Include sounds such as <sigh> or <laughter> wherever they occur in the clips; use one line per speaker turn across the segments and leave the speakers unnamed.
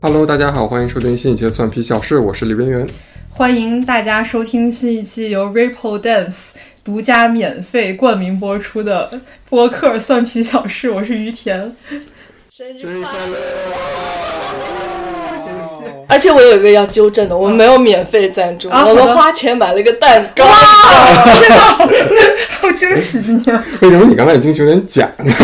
Hello，大家好，欢迎收听新一期的《蒜皮小事》，我是李边缘。
欢迎大家收听新一期由 Ripple Dance 独家免费冠名播出的播客《蒜皮小事》，我是于田。
生
生
日
日
快
快
乐！ <laughs>
乐！
而且我有一个要纠正的，我们没有免费赞助，
啊
我
好的
们花钱买了一个蛋糕。
好惊喜今天！
为什么你刚才已经有点假呢？ <laughs>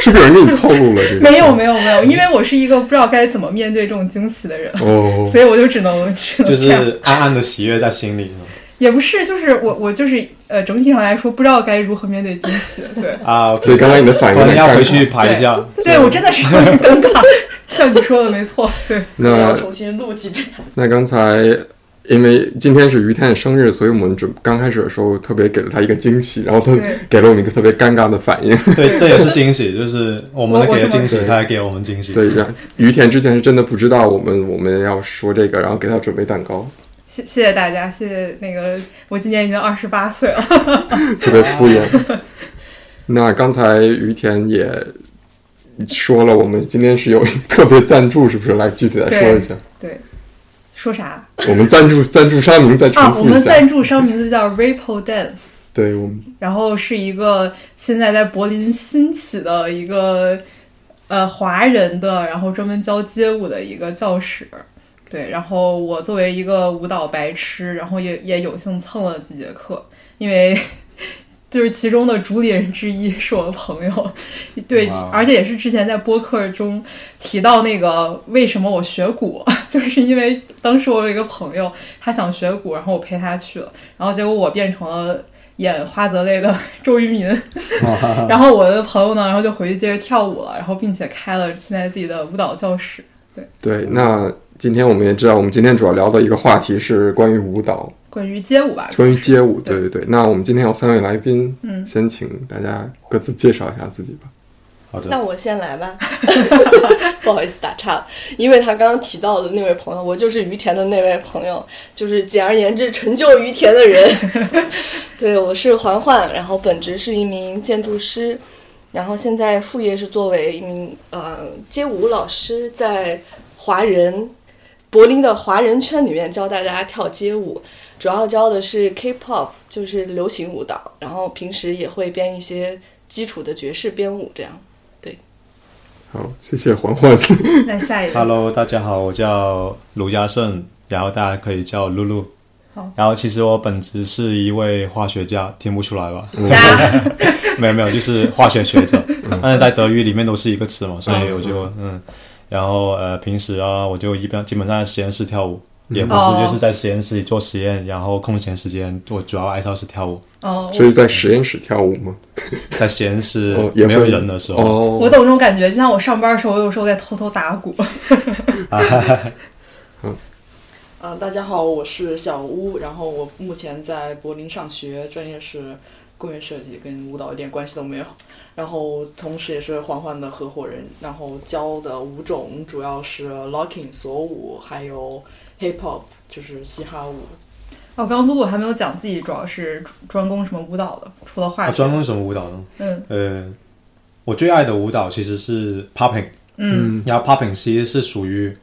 是不是有人给你透露了这个？
没有没有没有，因为我是一个不知道该怎么面对这种惊喜的人，
哦，
所以我就只能只能
<laughs> 就
这样。
是暗暗的喜悦在心里
也不是，就是我我就是呃，整体上来说不知道该如何面对惊喜。对，
啊。
所以刚才你的反应
可
有
能
点
要
尴
回
尬
去排一下。
对我真的是有点尴尬，像你说的没错。对，
我要
那
重新录几遍。
那刚才，因为今天是于天的生日，所以我们准刚开始的时候特别给了他一个惊喜，然后他
对
给了我们一个特别尴尬的反应。 <laughs>
对，这也是惊喜，就是我们的
我我
给了惊喜
知，道
他还给了我们惊喜。
对，然于田之前是真的不知道我们我们要说这个，然后给他准备蛋糕，
谢谢谢大家，谢谢那个我今年已经二十八岁了，
特别敷衍。那刚才于田也说了，我们今天是有特别赞助，是不是？来具体来说一下，
对，说啥？
我们赞助赞助商名再重
啊，我
复一
们
下。
赞助商名字叫 Ripple Dance，
对我们
然后是一个现在在柏林兴起的一个呃华人的，然后专门教街舞的一个教室。对，然后我作为一个舞蹈白痴，然后也也有幸蹭了几节课，因为就是其中的主理人之一是我的朋友，对
哇，
而且也是之前在播客中提到那个为什么我学鼓， <laughs> 就是因为当时我有一个朋友，他想学鼓，然后我陪他去了，然后结果我变成了演花泽类的周渝民， <laughs> 然后我的朋友呢，然后就回去接着跳舞了，然后并且开了现在自己的舞蹈教室。
对那今天我们也知道，我们今天主要聊的一个话题是关于舞蹈。
关于街舞吧，
关于街舞，对
对
对对。那我们今天有三位来宾，
嗯
先请大家各自介绍一下自己吧。
好的
那，我先来吧， <laughs> 不好意思打岔了，因为他刚刚提到的那位朋友，我就是于田的那位朋友，就是简而言之成就于田的人。 <laughs> 对，我是环环，然后本职是一名建筑师，然后现在副业是作为一名呃街舞老师，在华人柏林的华人圈里面教大家跳街舞，主要教的是 K-pop，就是流行舞蹈，然后平时也会编一些基础的爵士编舞这样。
好，谢谢环环。
那下一位 <laughs>
Hello，大家好，我叫卢嘉盛，然后大家可以叫露露
好。
然后其实我本职是一位化学家，听不出来吧？ <laughs>
加
没有没有，就是化学学者，但是在德语里面都是一个词嘛，所以我就嗯，然后呃，平时啊，我就一般基本上在实验室跳舞，也不
哦
是就是在实验室里做实验，然后空闲时间我主要爱好是跳舞，
哦，
所以在实验室跳舞吗？
在实验室
哦，也
没有
会
人的时候，
我
哦
我，懂这种感觉，就像我上班的时候，我有时候在偷偷打鼓。 <laughs>
啊，大家好，我是小屋，然后我目前在柏林上学，专业是工业设计，跟舞蹈一点关系都没有。然后同时也是环环的合伙人，然后教的舞种主要是 locking 锁舞，还有 hip hop 就是嘻哈舞。
哦，刚刚露露还没有讲自己主要是专攻什么舞蹈的，除了
啊
画，
专攻什么舞蹈呢？
嗯
呃，我最爱的舞蹈其实是 popping，
嗯，
然后 popping 其实是属于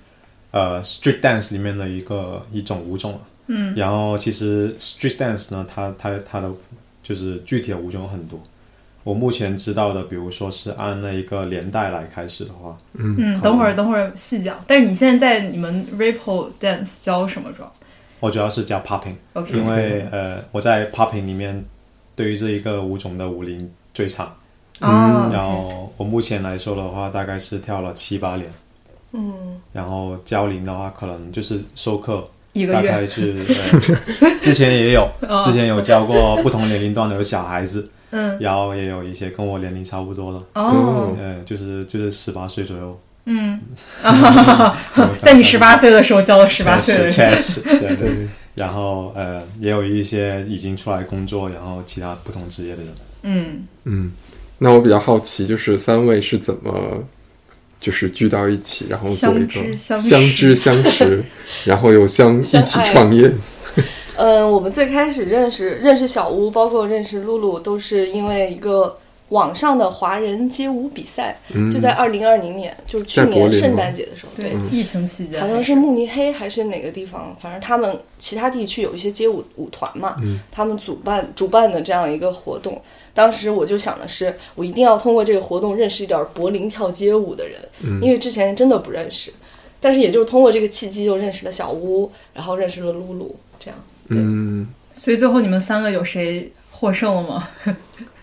呃 street dance 里面的一个一种舞种嗯，然后其实 street dance 呢，它它它的就是具体的舞种有很多。我目前知道的，比如说是按那一个年代来开始的话，
嗯，等会儿等会儿细讲。但是你现在在你们 Ripple Dance 教什么妆
我主要是教 popping，
？OK，
因为呃我在 popping 里面对于这一个舞种的舞龄最长，嗯
啊
然后我目前来说的话，大概是跳了七八年，嗯，然后教龄的话，可能就是授课
一个
大
月哦
概是、
<laughs>
呃之前也有，之前有教过不同年龄段的有小孩子，
嗯，
然后也有一些跟我年龄差不多的，
哦，
嗯，就是就是十八岁
<laughs>
左右，
嗯，
嗯
在你十八岁的时候教了十八岁的
确实
人，
确实，对对。
对，
然后呃，也有一些已经出来工作，然后其他不同职业的人。
嗯，
嗯，那我比较好奇，就是三位是怎么就是聚到一起，然后做一个
相知相识
相知相识，然后又相一
相爱
起创业。
嗯，我们最开始认识认识小屋，包括认识露露，都是因为一个网上的华人街舞比赛，
嗯，
就在二零二零年，就是去
在柏
年
林
圣
吗
诞节的时候，
对
对，，
疫情期间
嗯好像是慕尼黑还是哪个地方，反正他们其他地区有一些街舞舞团嘛，
嗯
他们主办主办的这样一个活动。当时我就想的是，我一定要通过这个活动认识一点柏林跳街舞的人，
嗯
因为之前真的不认识。但是也就是通过这个契机，就认识了小屋，然后认识了露露，这样
嗯，
<laughs> 所以最后你们三个有谁获胜了吗？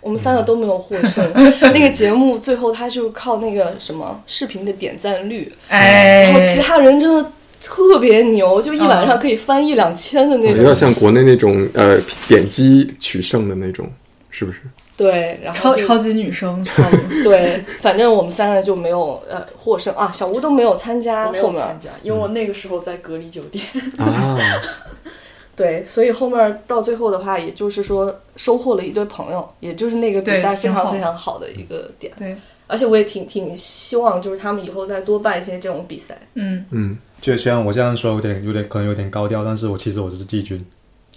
我们三
嗯
个都没有获
<laughs>
胜。那个节目最后，他就是靠那个什么视频的点赞率，
哎，嗯
然后其他人真的特别牛，就一晚上可以翻一两千的那
有
种。
点像国内那种呃点击取胜的那种，是不是？
对，然后
超
就
超级女生，
嗯对，反正我们三个就没有呃获胜啊，小吴都没有参加
我没
后
有
面
参加，因
嗯
为我那个时候在隔离酒店。
啊，
对，所以后面到最后的话，也就是说收获了一堆朋友，也就是那个比
对
赛非
挺
常
好
非常好的一个点，
对，
而且我也挺挺希望就是他们以后再多办一些这种比赛，
嗯，
嗯，
就虽然我这样说有点有点可能有点高调，但是我其实我是季军，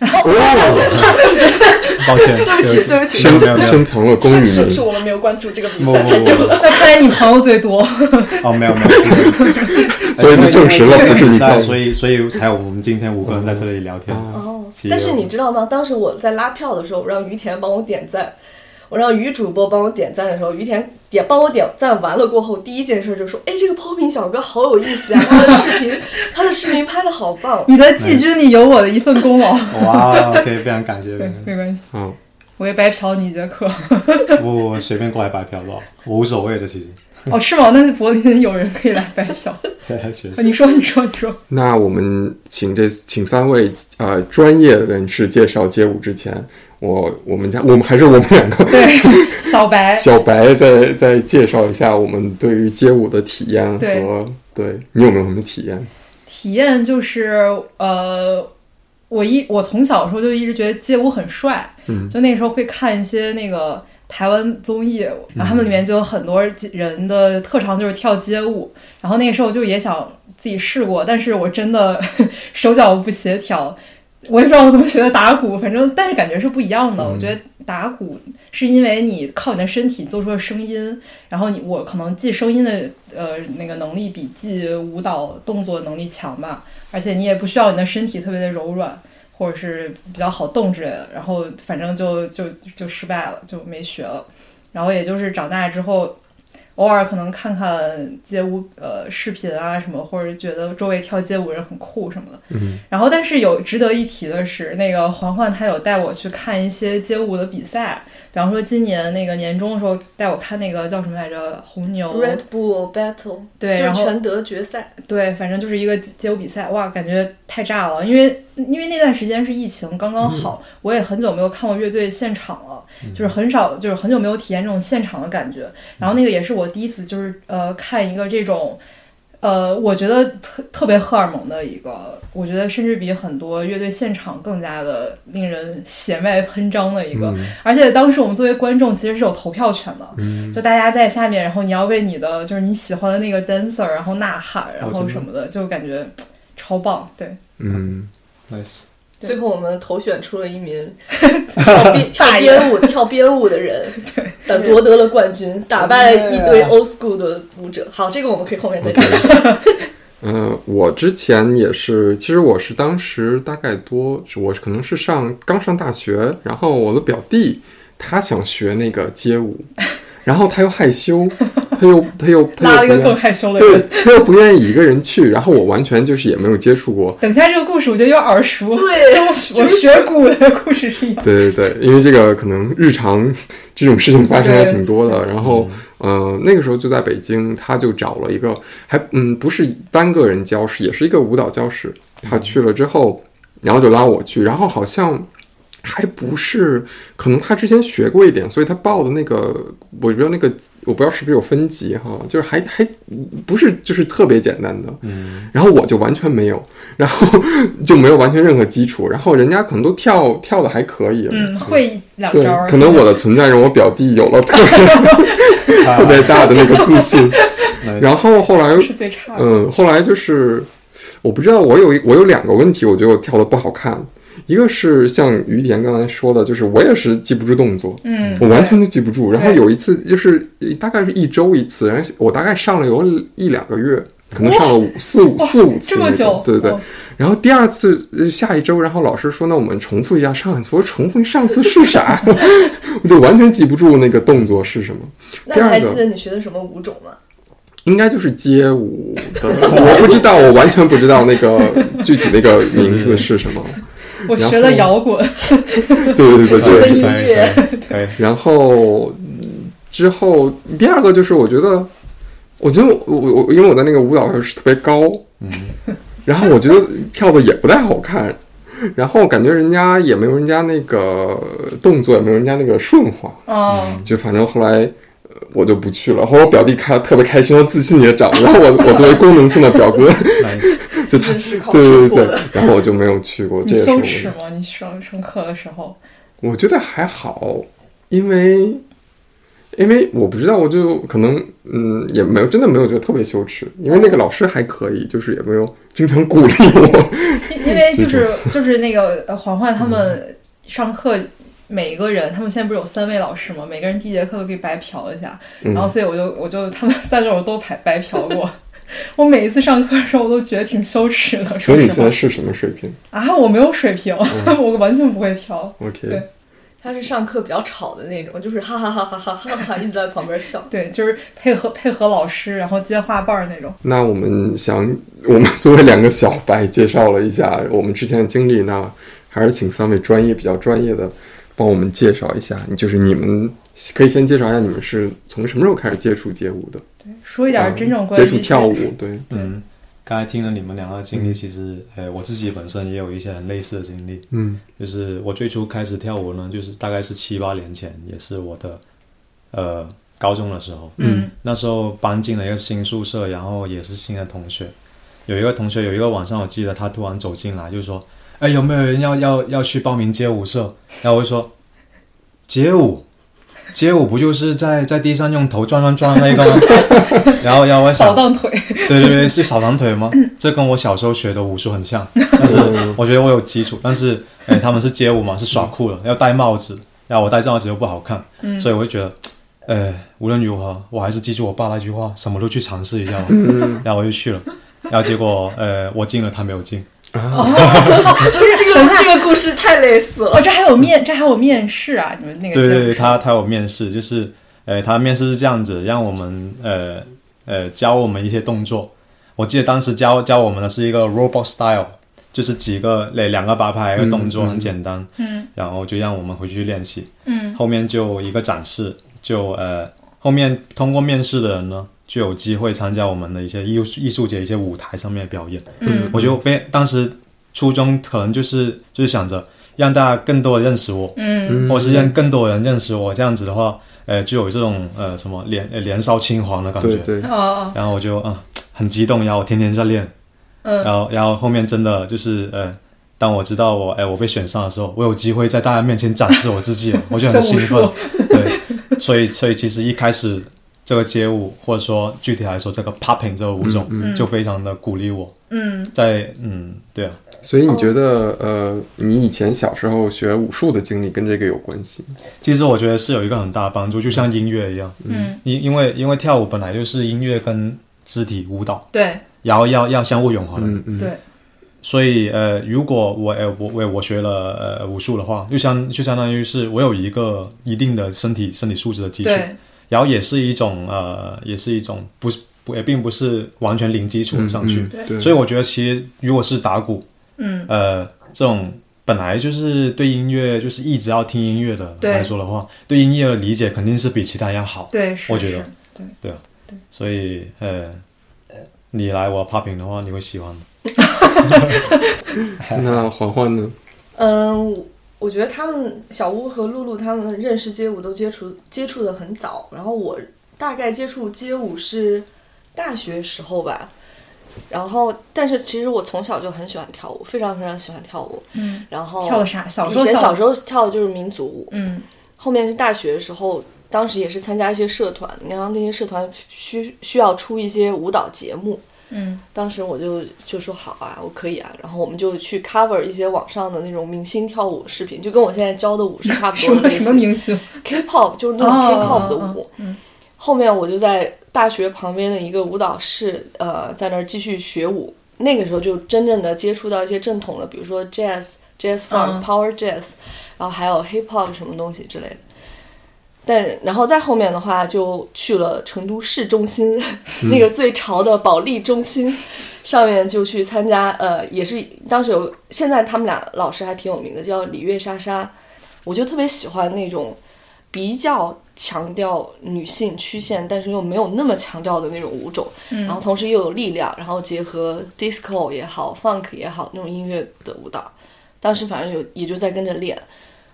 哦，
抱歉，对
不起 <laughs>
对
对不起
深
没有没有没有
深，藏了功与
是是是
名，
我们没有关注这个比
<laughs>
不
赛太久 <laughs> 了。
那看来你朋友最多，
<laughs> 哦没有没 <laughs> 有，
所以就证实了不是
比
你
赛，
干
所以所以才有我们今天五个人在这里聊天。
哦
哦
其，实
但是你知道吗？当时我在拉票的时候，我让于田帮我点赞，我让于主播帮我点赞的时候，于田点帮我点赞完了过后，第一件事就说：“哎，这个 popping 小哥好有意思呀、他的视频，他的视频拍的好棒。
你的季军里有我的一份功劳，
哇，OK，非常感谢，非
对
常，感谢
没关系，
哦，
我也白嫖你一节课。
我我随便过来白嫖多少，我无所谓的 <laughs> 其
哦，是吗？那柏林有人可以来白
<laughs>
嫖。哦
实，确实
你说，你说，你说。
那我们请这请三位呃专业人士介绍街舞之前，我我们家我们还是我们两个
对，小白，
小白再再介绍一下我们对于街舞的体验
对
和对你有没有什么体验？
体验就是呃，我一我从小的时候就一直觉得街舞很帅，
嗯
就那时候会看一些那个台湾综艺，然后他们里面就有很多人的特长就是跳街舞，然后那时候就也想自己试过，但是我真的手脚不协调。我也不知道我怎么学的打鼓，反正但是感觉是不一样的。我觉得打鼓是因为你靠你的身体做出了声音，然后你我可能记声音的呃那个能力比记舞蹈动作能力强吧，而且你也不需要你的身体特别的柔软或者是比较好动之类的，然后反正就就就失败了，就没学了。然后也就是长大之后，偶尔可能看看街舞呃视频啊什么，或者觉得周围跳街舞人很酷什么的。
嗯
然后，但是有值得一提的是，那个环环他有带我去看一些街舞的比赛，比方说今年那个年终的时候带我看那个叫什么来着，红牛
Red Bull Battle 就
对，
是
然后
全德决赛，
对，反正就是一个街街舞比赛，哇，感觉太炸了！因为因为那段时间是疫情刚刚好，我也很久没有看过乐队现场了，
嗯
就是很少，就是很久没有体验这种现场的感觉。然后那个也是我第一次，就是呃，看一个这种，呃，我觉得特特别荷尔蒙的一个，我觉得甚至比很多乐队现场更加的令人血脉喷张的一个。
嗯
而且当时我们作为观众其实是有投票权的，
嗯
就大家在下面，然后你要为你的就是你喜欢的那个 dancer，然后呐喊，然
真
后
的
什么的，就感觉超棒。对，
嗯，
，nice，
对
最后我们投选出了一名跳编跳编舞跳编舞的人，但夺得了冠军，打败一堆 old school 的舞者。好，这个我们可以后面再讲。
嗯，我之前也是，其实我是当时大概多，我可能是上刚上大学，然后我的表弟他想学那个街舞，
<laughs>
然后他又害羞，他又他又他
拉了
又不
一个
愿
更害羞的人。
对，他又不愿意一个人去，然后我完全就是也没有接触过，
等一下，这个故事我觉得有点耳熟，
对
跟我学我学鼓的故事是一
<laughs>
样。
对对对，因为这个可能日常这种事情发生还挺多的。然后，呃，那个时候就在北京，他就找了一个，还嗯，不是单个人教室，也是一个舞蹈教室。他去了之后，然后就拉我去，然后好像还不是，可能他之前学过一点，所以他报的那个，我不知道那个，我不知道是不是有分级哈，就是还还不是就是特别简单的，
嗯，
然后我就完全没有，然后就没有完全任何基础，然后人家可能都跳跳的还可以，
嗯，会一两
对
招儿。，
可能我的存在让我表弟有了特别特别大的那个自信，
然
然后后来
是最
呃
差的。
嗯，后来就是我不知道，我有一我有两个问题，我觉得我跳的不好看。一个是像于田刚才说的，就是我也是记不住动作，
嗯，
我完全都记不住。然后
对
有一次就是大概是一周一次，然后我大概上了有一两个月，可能上了五四五
哇
四五次
这么
那种
久，
对对
哦。
然后第二次呃下一周，然后老师说那我们重复一下上一次，我说重复上次是啥？ <laughs> 我就完全记不住那个动作是什么。
那
第
你
二
还
个
记得你学的什么舞种吗？
应该就是街舞的，
<laughs>
我不知道，我完全不知道那个具体那个名字是什么。
我
然
学了
后
摇滚，
对对对
<laughs>
的
对。
音乐
对，
然后嗯之后第二个就是我觉得，我觉得我我我因为我在那个舞蹈上是特别高，
嗯，
然后我觉得跳的也不太好看，然后感觉人家也没有人家那个动作也没有人家那个顺滑，
哦，
就反正后来呃我就不去了。后来我表弟看特别开心，自信也涨了。然后我我作为功能性的表哥，
nice，
就他
真是靠
对对对
冲突
对
的。，
然后我就没有去过，这
你
也是
羞
我
耻吗？你上上课的时候，
我觉得还好，因为因为我不知道，我就可能嗯也没有真的没有觉得特别羞耻，因为那个老师还可以，就是也没有经常鼓励
<laughs>
我。
因因为就是就是那个呃环环他
嗯
们上课。每一个人，他们现在不是有三位老师吗？每个人第一节课都给白嫖一下，
嗯
然后所以我就我就他们三个我都白白嫖过。 <laughs> 我每一次上课的时候，我都觉得挺羞耻的。
所
说
以
实
你现在
话
是什么水平
啊，我没有水平，
嗯
<laughs> 我完全不会嫖。
？OK，
对
他是上课比较吵的那种，就是哈哈哈哈哈哈哈，一直在旁边笑。
对，就是配合配合老师，然后接话瓣儿那种。
那我们想，我们作为两个小白，介绍了一下我们之前的经历，那还是请三位专业比较专业的帮我们介绍一下，就是你们可以先介绍一下你们是从什么时候开始接触街舞的？嗯
说一点儿真正关于
接触跳舞，对，
嗯，刚才听了你们两个经历，其实呃，我自己本身也有一些很类似的经历，
嗯
就是我最初开始跳舞呢，就是大概是七八年前，也是我的呃高中的时候，
嗯
那时候搬进了一个新宿舍，然后也是新的同学，有一个同学有一个晚上，我记得他突然走进来就说：“哎，有没有人要要要去报名街舞社？”然后我就说：“街舞。”街舞不就是在在地上用头转转转那个吗？然后，然后我想
扫，荡
<laughs>
腿，
对对对，是扫堂腿吗？这跟我小时候学的武术很像，但是我觉得我有基础。但是，哎，他们是街舞嘛，是耍酷了，要戴帽子，然后我戴帽子又不好看，
嗯
所以我就觉得，呃，无论如何，我还是记住我爸那句话，什么都去尝试一下吧。然后我就去了，然后结果，呃，我进了，他没有进。
<laughs> 不是这
等一
个
下
这个故事太类似了。
哦，这还有面，这还有面试啊！你们那个
对
节
对
目
对，
是
他他有面试，就是呃，他面试是这样子，让我们呃呃教我们一些动作。我记得当时教教我们的是一个 robot style，就是几个那两个八拍一个动
嗯
作，
嗯
很简单，
嗯
然后就让我们回去练习。
嗯
后面就一个展示，就呃后面通过面试的人呢，就有机会参加我们的一些艺术艺术节一些舞台上面的表演。
嗯
我就非当时初衷可能就是就是想着让大家更多的认识我，
嗯
或者是让更多人认识我，这样子的话，呃，就有这种呃什么年呃年少轻狂的感
对
觉。
对，
哦哦
然后我就啊、很激动，然后我天天在练，然
嗯
后然后后面真的就是呃，当我知道我哎我被选上的时候，我有机会在大家面前展示我自己了，我就
<laughs>
很兴
跟
奋。对，所以所以其实一开始这个街舞，或者说具体来说这个 popping 这个舞种，
嗯
嗯
就非常的鼓励我
嗯
在嗯对啊，
所以你觉得呃，你以前小时候学武术的经历跟这个有关系？
其实我觉得是有一个很大的帮助，就像音乐一样。
嗯，
因因为因为跳舞本来就是音乐跟肢体舞蹈，
对
然后要要相互融合的。
嗯嗯，
对，
所以呃，如果我呃我我我学了呃武术的话，就相就相当于是我有一个一定的身体身体素质的基础，
对
然后也是一种呃也是一种不是不也并不是完全零基础的上去。
嗯嗯对，
所
以
以我觉得其实如果是打鼓，
嗯
呃这种。本来就是对音乐，就是一直要听音乐的
对
来说的话，对音乐的理解肯定是比其他人要好。
对是
我觉
是
得啊所以呃，你来我 popping 的话，你会喜欢
<laughs>
的。
那环环呢？
嗯，我我觉得他们小屋和露露他们认识街舞都接触接触的很早，然后我大概接触街舞是大学时候吧。然后，但是其实我从小就很喜欢跳舞，非常非常喜欢跳舞。
嗯，
然后
跳的啥？小
以
时候
前小
时
时候跳的就是民族舞，
嗯
后面是大学的时候，当时也是参加一些社团，然后那些社团需需要出一些舞蹈节目，
嗯
当时我就就说好啊，我可以啊，然后我们就去 cover 一些网上的那种明星跳舞视频，就跟我现在教的舞是差不
什
多的
么
类
什
似。
么明星？
<laughs>
K-pop 就是那种
哦
K-pop 的舞。
嗯
后面我就在大学旁边的一个舞蹈室，呃，在那儿继续学舞。那个时候就真正的接触到一些正统的，比如说 jazz、jazz funk、
嗯
power jazz，然后还有 hip hop 什么东西之类的。但然后再后面的话，就去了成都市中心、那个最潮的保利中心上面，就去参加呃，也是当时有现在他们俩老师还挺有名的，叫李月莎莎，我就特别喜欢那种比较强调女性曲线，但是又没有那么强调的那种舞种，
嗯
然后同时又有力量，然后结合 disco 也好，funk 也好那种音乐的舞蹈，当时反正有也就在跟着练。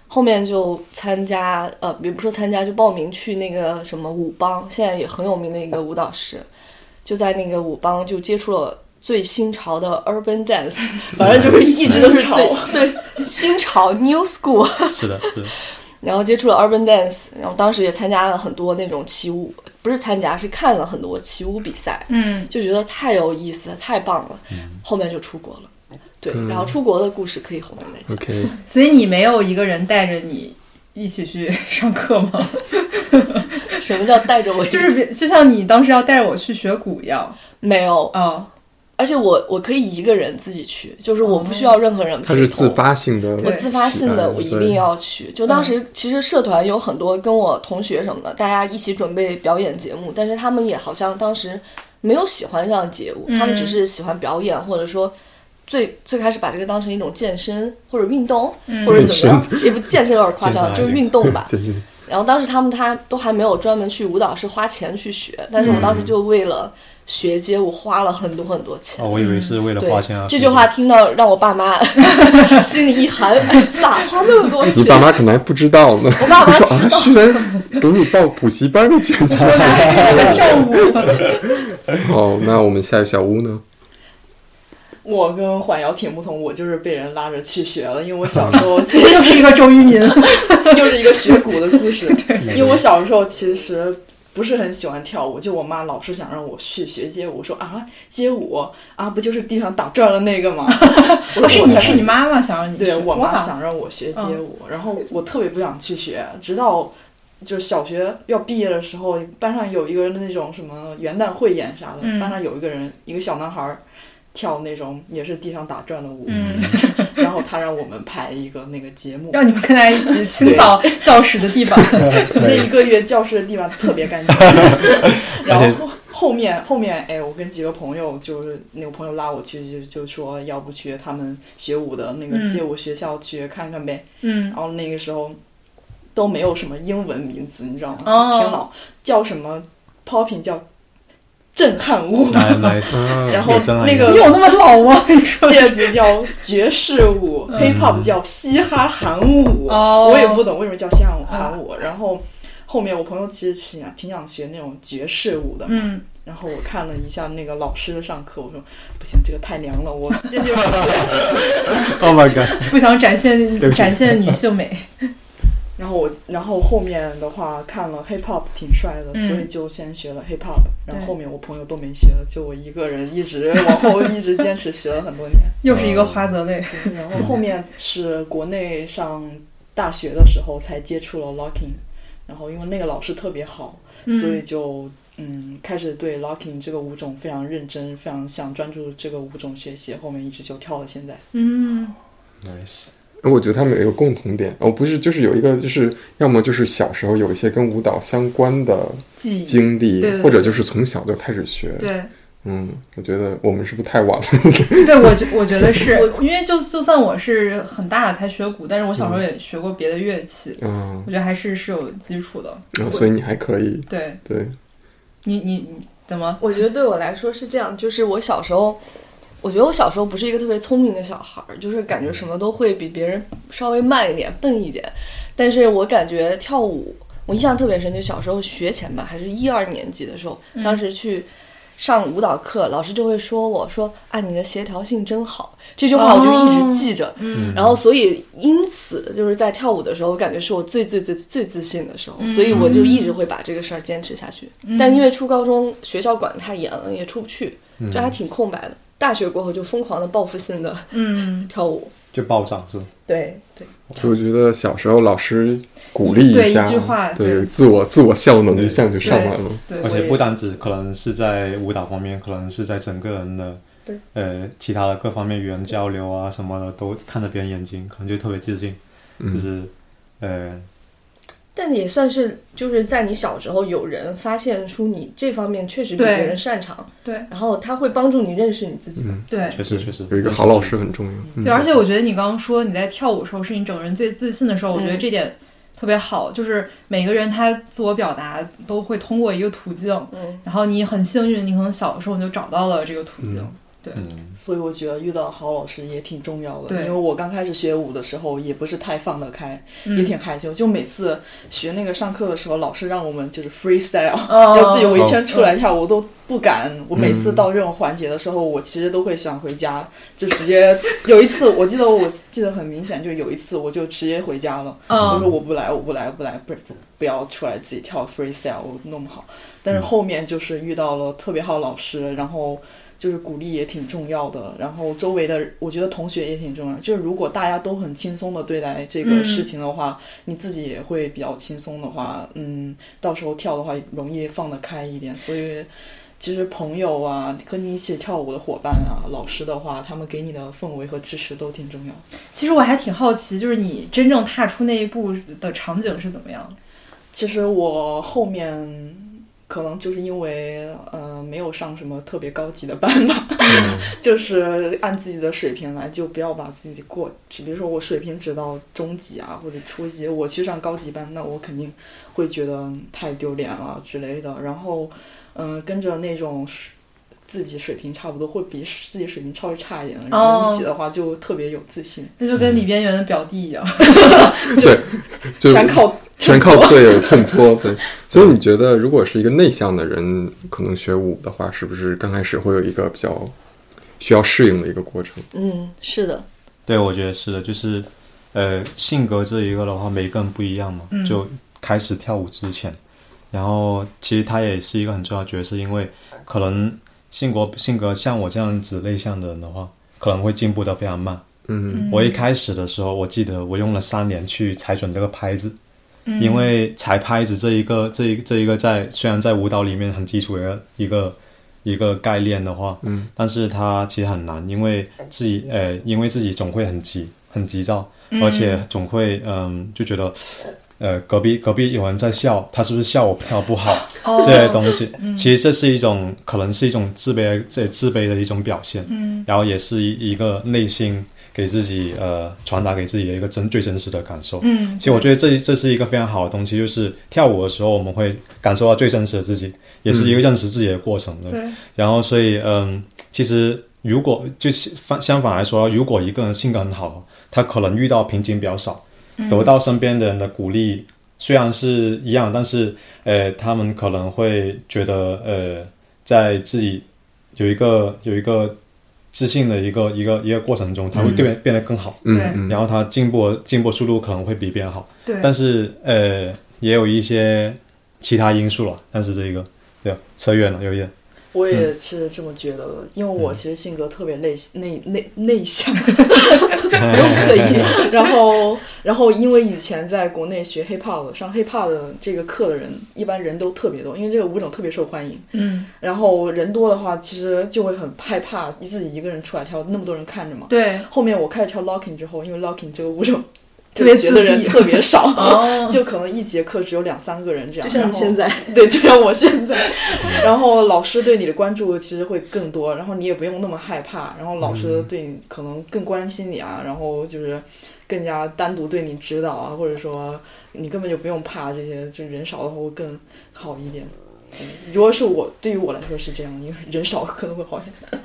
后面就参加，呃，也不说参加，就报名去那个什么舞帮，现在也很有名的一个舞蹈室，就在那个舞帮就接触了最新潮的 urban dance，反正就是一直都是最对新潮 new school，
是的，是的，
然后接触了 urban dance，然后当时也参加了很多那种起舞，不是参加，是看了很多起舞比赛，
嗯，
就觉得太有意思了，太棒了。
嗯
后面就出国了，对，
嗯
然后出国的故事可以后面再讲。
OK，
所以你没有一个人带着你一起去 <laughs> 上课吗？
<laughs> 什么叫带着我？
<laughs> 就是别就像你当时要带着我去学鼓一样。
没有，
<laughs>
哦，
而且我我可以一个人自己去，就是我不需
哦
要任何人陪
它
同。
是自发性的喜爱，
对
我自发性的，我一定要去。就当
嗯
时其实社团有很多跟我同学什么的，大家一起准备表演节目，但是他们也好像当时没有喜欢上节目，
嗯
他们只是喜欢表演，或者说最最开始把这个当成一种健身或者运动，
嗯
或者怎么样，也不健身有点夸
<laughs> 健身
张，
还
就是
行
运动吧。
对。就是
然后当时他们他都还没有专门去舞蹈室花钱去学，但是我当时
嗯
就为了学街舞花了很多很多钱。
哦，我以为是为了
嗯对
花钱啊。
这句话听到让我爸妈 <laughs> 心里一寒，哎咋花那么多
你爸
钱？
妈可能还不知道呢。
我爸妈
你说
知
啊，居然给你报补习班的钱 <laughs> 出来。
跳舞，
哦，那我们下一小屋呢？
我跟缓瑶挺不同，我就是被人拉着去学了，因为我小时
<laughs>
候其
这
实
是一个周渝民。
<laughs> 又是一个学鼓的故事。因为我小时候其实不是很喜欢跳舞，就我妈老是想让我去学街舞，说啊街舞啊不就是地上打转的那个 <laughs> 吗？我
不
说
是
我才
你是你妈妈想让你去
对我妈
哇
想让我学街舞，然后我特别不想去学，直到就是小学要毕业的时候，班上有一个那种什么元旦汇演啥的，
嗯
班上有一个人，一个小男孩儿跳那种也是地上打转的舞，
嗯，
<laughs>
<laughs>
然后他让我们排一个那个节目，
让你们跟他一起清扫教室的地板。
<laughs> 那一个月教室的地板特别干
<laughs>
净，然后后面后面哎，我跟几个朋友就是那个朋友拉我去就就说要不去他们学舞的那个
嗯
街舞学校去看看呗，
嗯
然后那个时候都没有什么英文名字，你知道吗？
哦
就挺老，叫什么 popping 叫震撼舞，
<laughs>
来来，nice，nice
然
啊，
后
有震撼
那
你有
个
那么老吗？ <laughs> 你说
戒指叫爵士舞，hip hop 叫嘻哈韩舞。
嗯哦
我也不懂为什么叫嘻哈韩舞。然后后面我朋友其实挺想挺想学那种爵士舞的嘛，
嗯，
然后我看了一下那个老师的上课，我说不行，这个太娘了，我坚决不
<laughs>
学。
，Oh my god，
不想
<laughs>
展现
对不起
展现女性美。
然后我，然后后面的话看了 hip hop 挺帅的，
嗯
所以就先学了 hip hop，然后后面我朋友都没学了，就我一个人一直往后一直坚持学了很
<laughs>
多年。
又是一个花泽类，
对然后后面是国内上大学的时候才接触了 locking，然后因为那个老师特别好，
嗯
所以就嗯开始对 locking 这个舞种非常认真，非常想专注这个舞种学习，后面一直就跳到现在。
嗯，
nice，
哎我觉得他们有一个共同点，哦，不是，就是有一个，就是要么就是小时候有一些跟舞蹈相关的
记忆
经历
对对，对
或者就是从小就开始学。
对。
嗯，我觉得我们是不是太晚了？
对，我觉我觉
<laughs>
得是因为就就算我是很大了才学鼓，但是我小时
嗯
候也学过别的乐器，
嗯， <laughs>
我觉得还是是有基础的。
啊所以你还可以，
对
对，
你你你怎么？
我觉得对我来说是这样，就是我小时候，我觉得我小时候不是一个特别聪明的小孩儿，就是感觉什么都会比别人稍微慢一点、笨一点。但是我感觉跳舞，我印象特别深，就小时候学前吧，还是一二年级的时候，当时去上舞蹈课，老师就会说我说啊，你的协调性真好，这句话我就一直记着。嗯，然后所以因此就是在跳舞的时候，我感觉是我最最最最自信的时候，所以我就一直会把这个事儿坚持下去。
嗯
但因为初高中学校管得太严了，也出不去，这还挺空白的。大学过后就疯狂的报复性的
嗯，
<laughs> 跳舞，
就暴涨是吧？
对对，
就我觉得小时候老师鼓励
对
下，
一句话
对
对
自我自我效能一下就上来了。
对，
而
我
且
也
不单只可能是在舞蹈方面，可能是在整个人的
对
呃其他的各方面语言交流啊什么的，都看着别人眼睛，可能就特别自信，就
嗯，
是呃
但也算是就是在你小时候有人发现出你这方面确实比别
对
人擅长，
对
然后他会帮助你认识你自己。
嗯
对。
确实确实
有一个好老师很重要。嗯
对，而且我觉得你刚刚说你在跳舞的时候是你整个人最自信的时候，我觉得
嗯
这点特别好，就是每个人他自我表达都会通过一个途径，
嗯，
然后你很幸运，你可能小的时候你就找到了这个途径。
嗯
所以我觉得遇到好老师也挺重要的，
对
因为我刚开始学舞的时候也不是太放得开，
嗯
也挺害羞。就每次学那个上课的时候，老师让我们就是 freestyle，、
哦
要自己围圈出来跳，我都不敢。我每次到这种环节的时候，我其实都会想回家，就直接有一次，我记得我记得很明显，就有一次我就直接回家了，我说
嗯
我不来，我不来，我不来，不不不要出来自己跳 freestyle，我弄不好。但
嗯
是后面就是遇到了特别好的老师，然后就是鼓励也挺重要的，然后周围的我觉得同学也挺重要。就是如果大家都很轻松的对待这个
嗯
事情的话，你自己也会比较轻松的话，嗯，到时候跳的话容易放得开一点。所以其实朋友啊，和你一起跳舞的伙伴啊，老师的话，他们给你的氛围和支持都挺重要的。
其实我还挺好奇，就是你真正踏出那一步的场景是怎么样的？
其实我后面可能就是因为呃没有上什么特别高级的班吧， <laughs> 就是按自己的水平来，就不要把自己过。比如说我水平只到中级啊或者初级，我去上高级班，那我肯定会觉得太丢脸了之类的。然后，嗯、跟着那种水自己水平差不多，或比自己水平稍微差一点的人
哦
一起的话，就特别有自信，
那就跟李边缘的表弟一样。
就
全靠
全靠队友衬托。对，所以你觉得，如果是一个内向的人，可能学舞的话，是不是刚开始会有一个比较需要适应的一个过程？
嗯，是的，
对，我觉得是的，就是呃，性格这一个的话，每个人不一样嘛。
嗯
就开始跳舞之前，然后其实他也是一个很重要的角色，因为可能性格性格像我这样子内向的人的话，可能会进步得非常慢。
嗯
我一开始的时候，我记得我用了三年去踩准这个拍子，因为踩拍子这一个这一这一个在虽然在舞蹈里面很基础的一个一个概念的话，
嗯，
但是它其实很难，因为自己呃，因为自己总会很急很急躁，而且总会嗯、就觉得。呃，隔壁隔壁有人在笑，他是不是笑我跳不好？
哦
这些东西，其实这是一种可能是一种自卑，这自卑的一种表现。
嗯，
然后也是一一个内心给自己呃传达给自己的一个真最真实的感受。
嗯，
其实我觉得这这是一个非常好的东西，就是跳舞的时候我们会感受到最真实的自己，也是一个认识自己的过程的。
对，
然后所以嗯，其实如果就是反相反来说，如果一个人性格很好，他可能遇到瓶颈比较少，得到身边的人的鼓励，虽然是一样，但是呃，他们可能会觉得呃，在自己有一个有一个自信的一个一个一个过程中，他会变、变得更好，
嗯
对
嗯，
然后他进步进步速度可能会比别人好，
对，
但是呃，也有一些其他因素了，但是这个对吧扯远了有一点。
我也是这么觉得的，因为我其实性格特别内内内内向，
不
都可以。然后，然后因为以前在国内学 hip hop 的，上 hip hop 的这个课的人，一般人都特别多，因为这个舞种特别受欢迎。
嗯，
然后人多的话，其实就会很害怕自己一个人出来跳，那么多人看着嘛。
对，
后面我开始跳 locking 之后，因为 locking 这个舞种
特别
学的人
自闭
特别少，
哦，
就可能一节课只有两三个人这样。
嗯就像
然
你
后
现在，
<laughs> 对，就像我现在。然后老师对你的关注其实会更多，然后你也不用那么害怕，然后老师对你可能更关心你啊，然后就是更加单独对你指导啊，或者说你根本就不用怕这些，就人少的话会更好一点。嗯如果是我，对于我来说是这样，因为人少可能会好一点。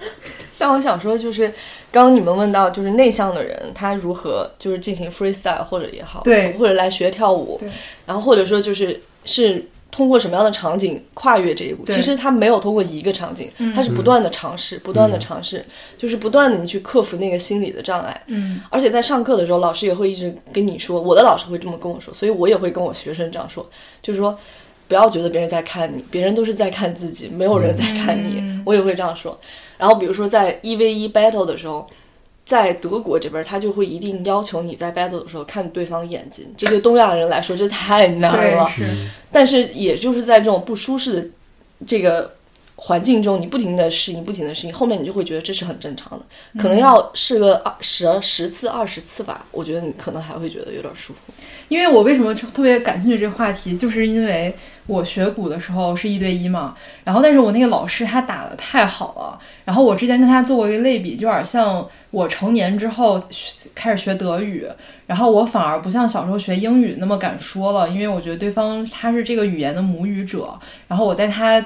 但我想说，就是刚刚你们问到，就是内向的人他如何就是进行 freestyle 或者也好，
对
或者来学跳舞
对，
然后或者说就是是通过什么样的场景跨越这一步？
对嗯
其实他没有通过一个场景，他是不断的尝试，不断的尝试，就是不断的你去克服那个心理的障碍。
嗯，
而且在上课的时候，老师也会一直跟你说，我的老师会这么跟我说，所以我也会跟我学生这样说，就是说，不要觉得别人在看你，别人都是在看自己，没有人在看你，我也会这样说。然后比如说在一 v 一 battle 的时候，在德国这边，他就会一定要求你在 battle 的时候看对方眼睛，这对东亚人来说这太难
对
了。
是，
但是也就是在这种不舒适的这个环境中，你不停的适应，不停的适应，后面你就会觉得这是很正常的，可能要试个二十十次、二十次吧，我觉得你可能还会觉得有点舒服。
因为我为什么特别感兴趣这个话题，就是因为我学鼓的时候是一对一嘛，然后但是我那个老师他打的太好了，然后我之前跟他做过一个类比，就有点像我成年之后学开始学德语，然后我反而不像小时候学英语那么敢说了，因为我觉得对方他是这个语言的母语者，然后我在他。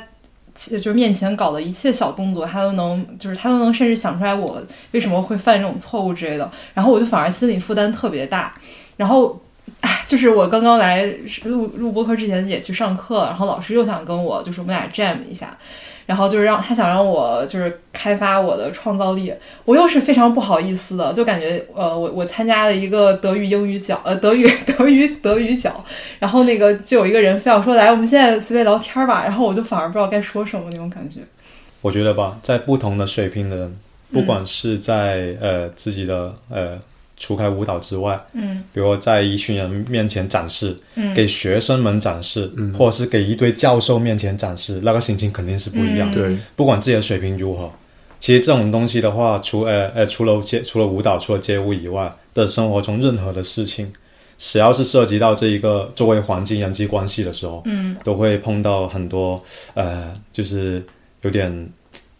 就是面前搞的一切小动作，他都能，就是他都能，甚至想出来我为什么会犯这种错误之类的。然后我就反而心理负担特别大。然后就是我刚刚来录录播课之前也去上课了，然后老师又想跟我就是我们俩 jam 一下，然后就是让他想让我就是开发我的创造力，我又是非常不好意思的，就感觉呃我我参加了一个德语英语角 <laughs> 呃德语德语德语角，然后那个就有一个人非要说来我们现在随便聊天吧，然后我就反而不知道该说什么那种感觉，
我觉得吧，在不同的水平的人，不管是在呃自己的呃除开舞蹈之外，
嗯
比如在一群人面前展示，
嗯
给学生们展示，或者是给一堆教授面前展示，那个心情肯定是不一样的。
对，
不管自己的水平如何，其实这种东西的话，除呃呃除了街除了舞蹈，除了街舞以外的生活中任何的事情，只要是涉及到这一个周围环境、人际关系的时候，
嗯
都会碰到很多呃，就是有点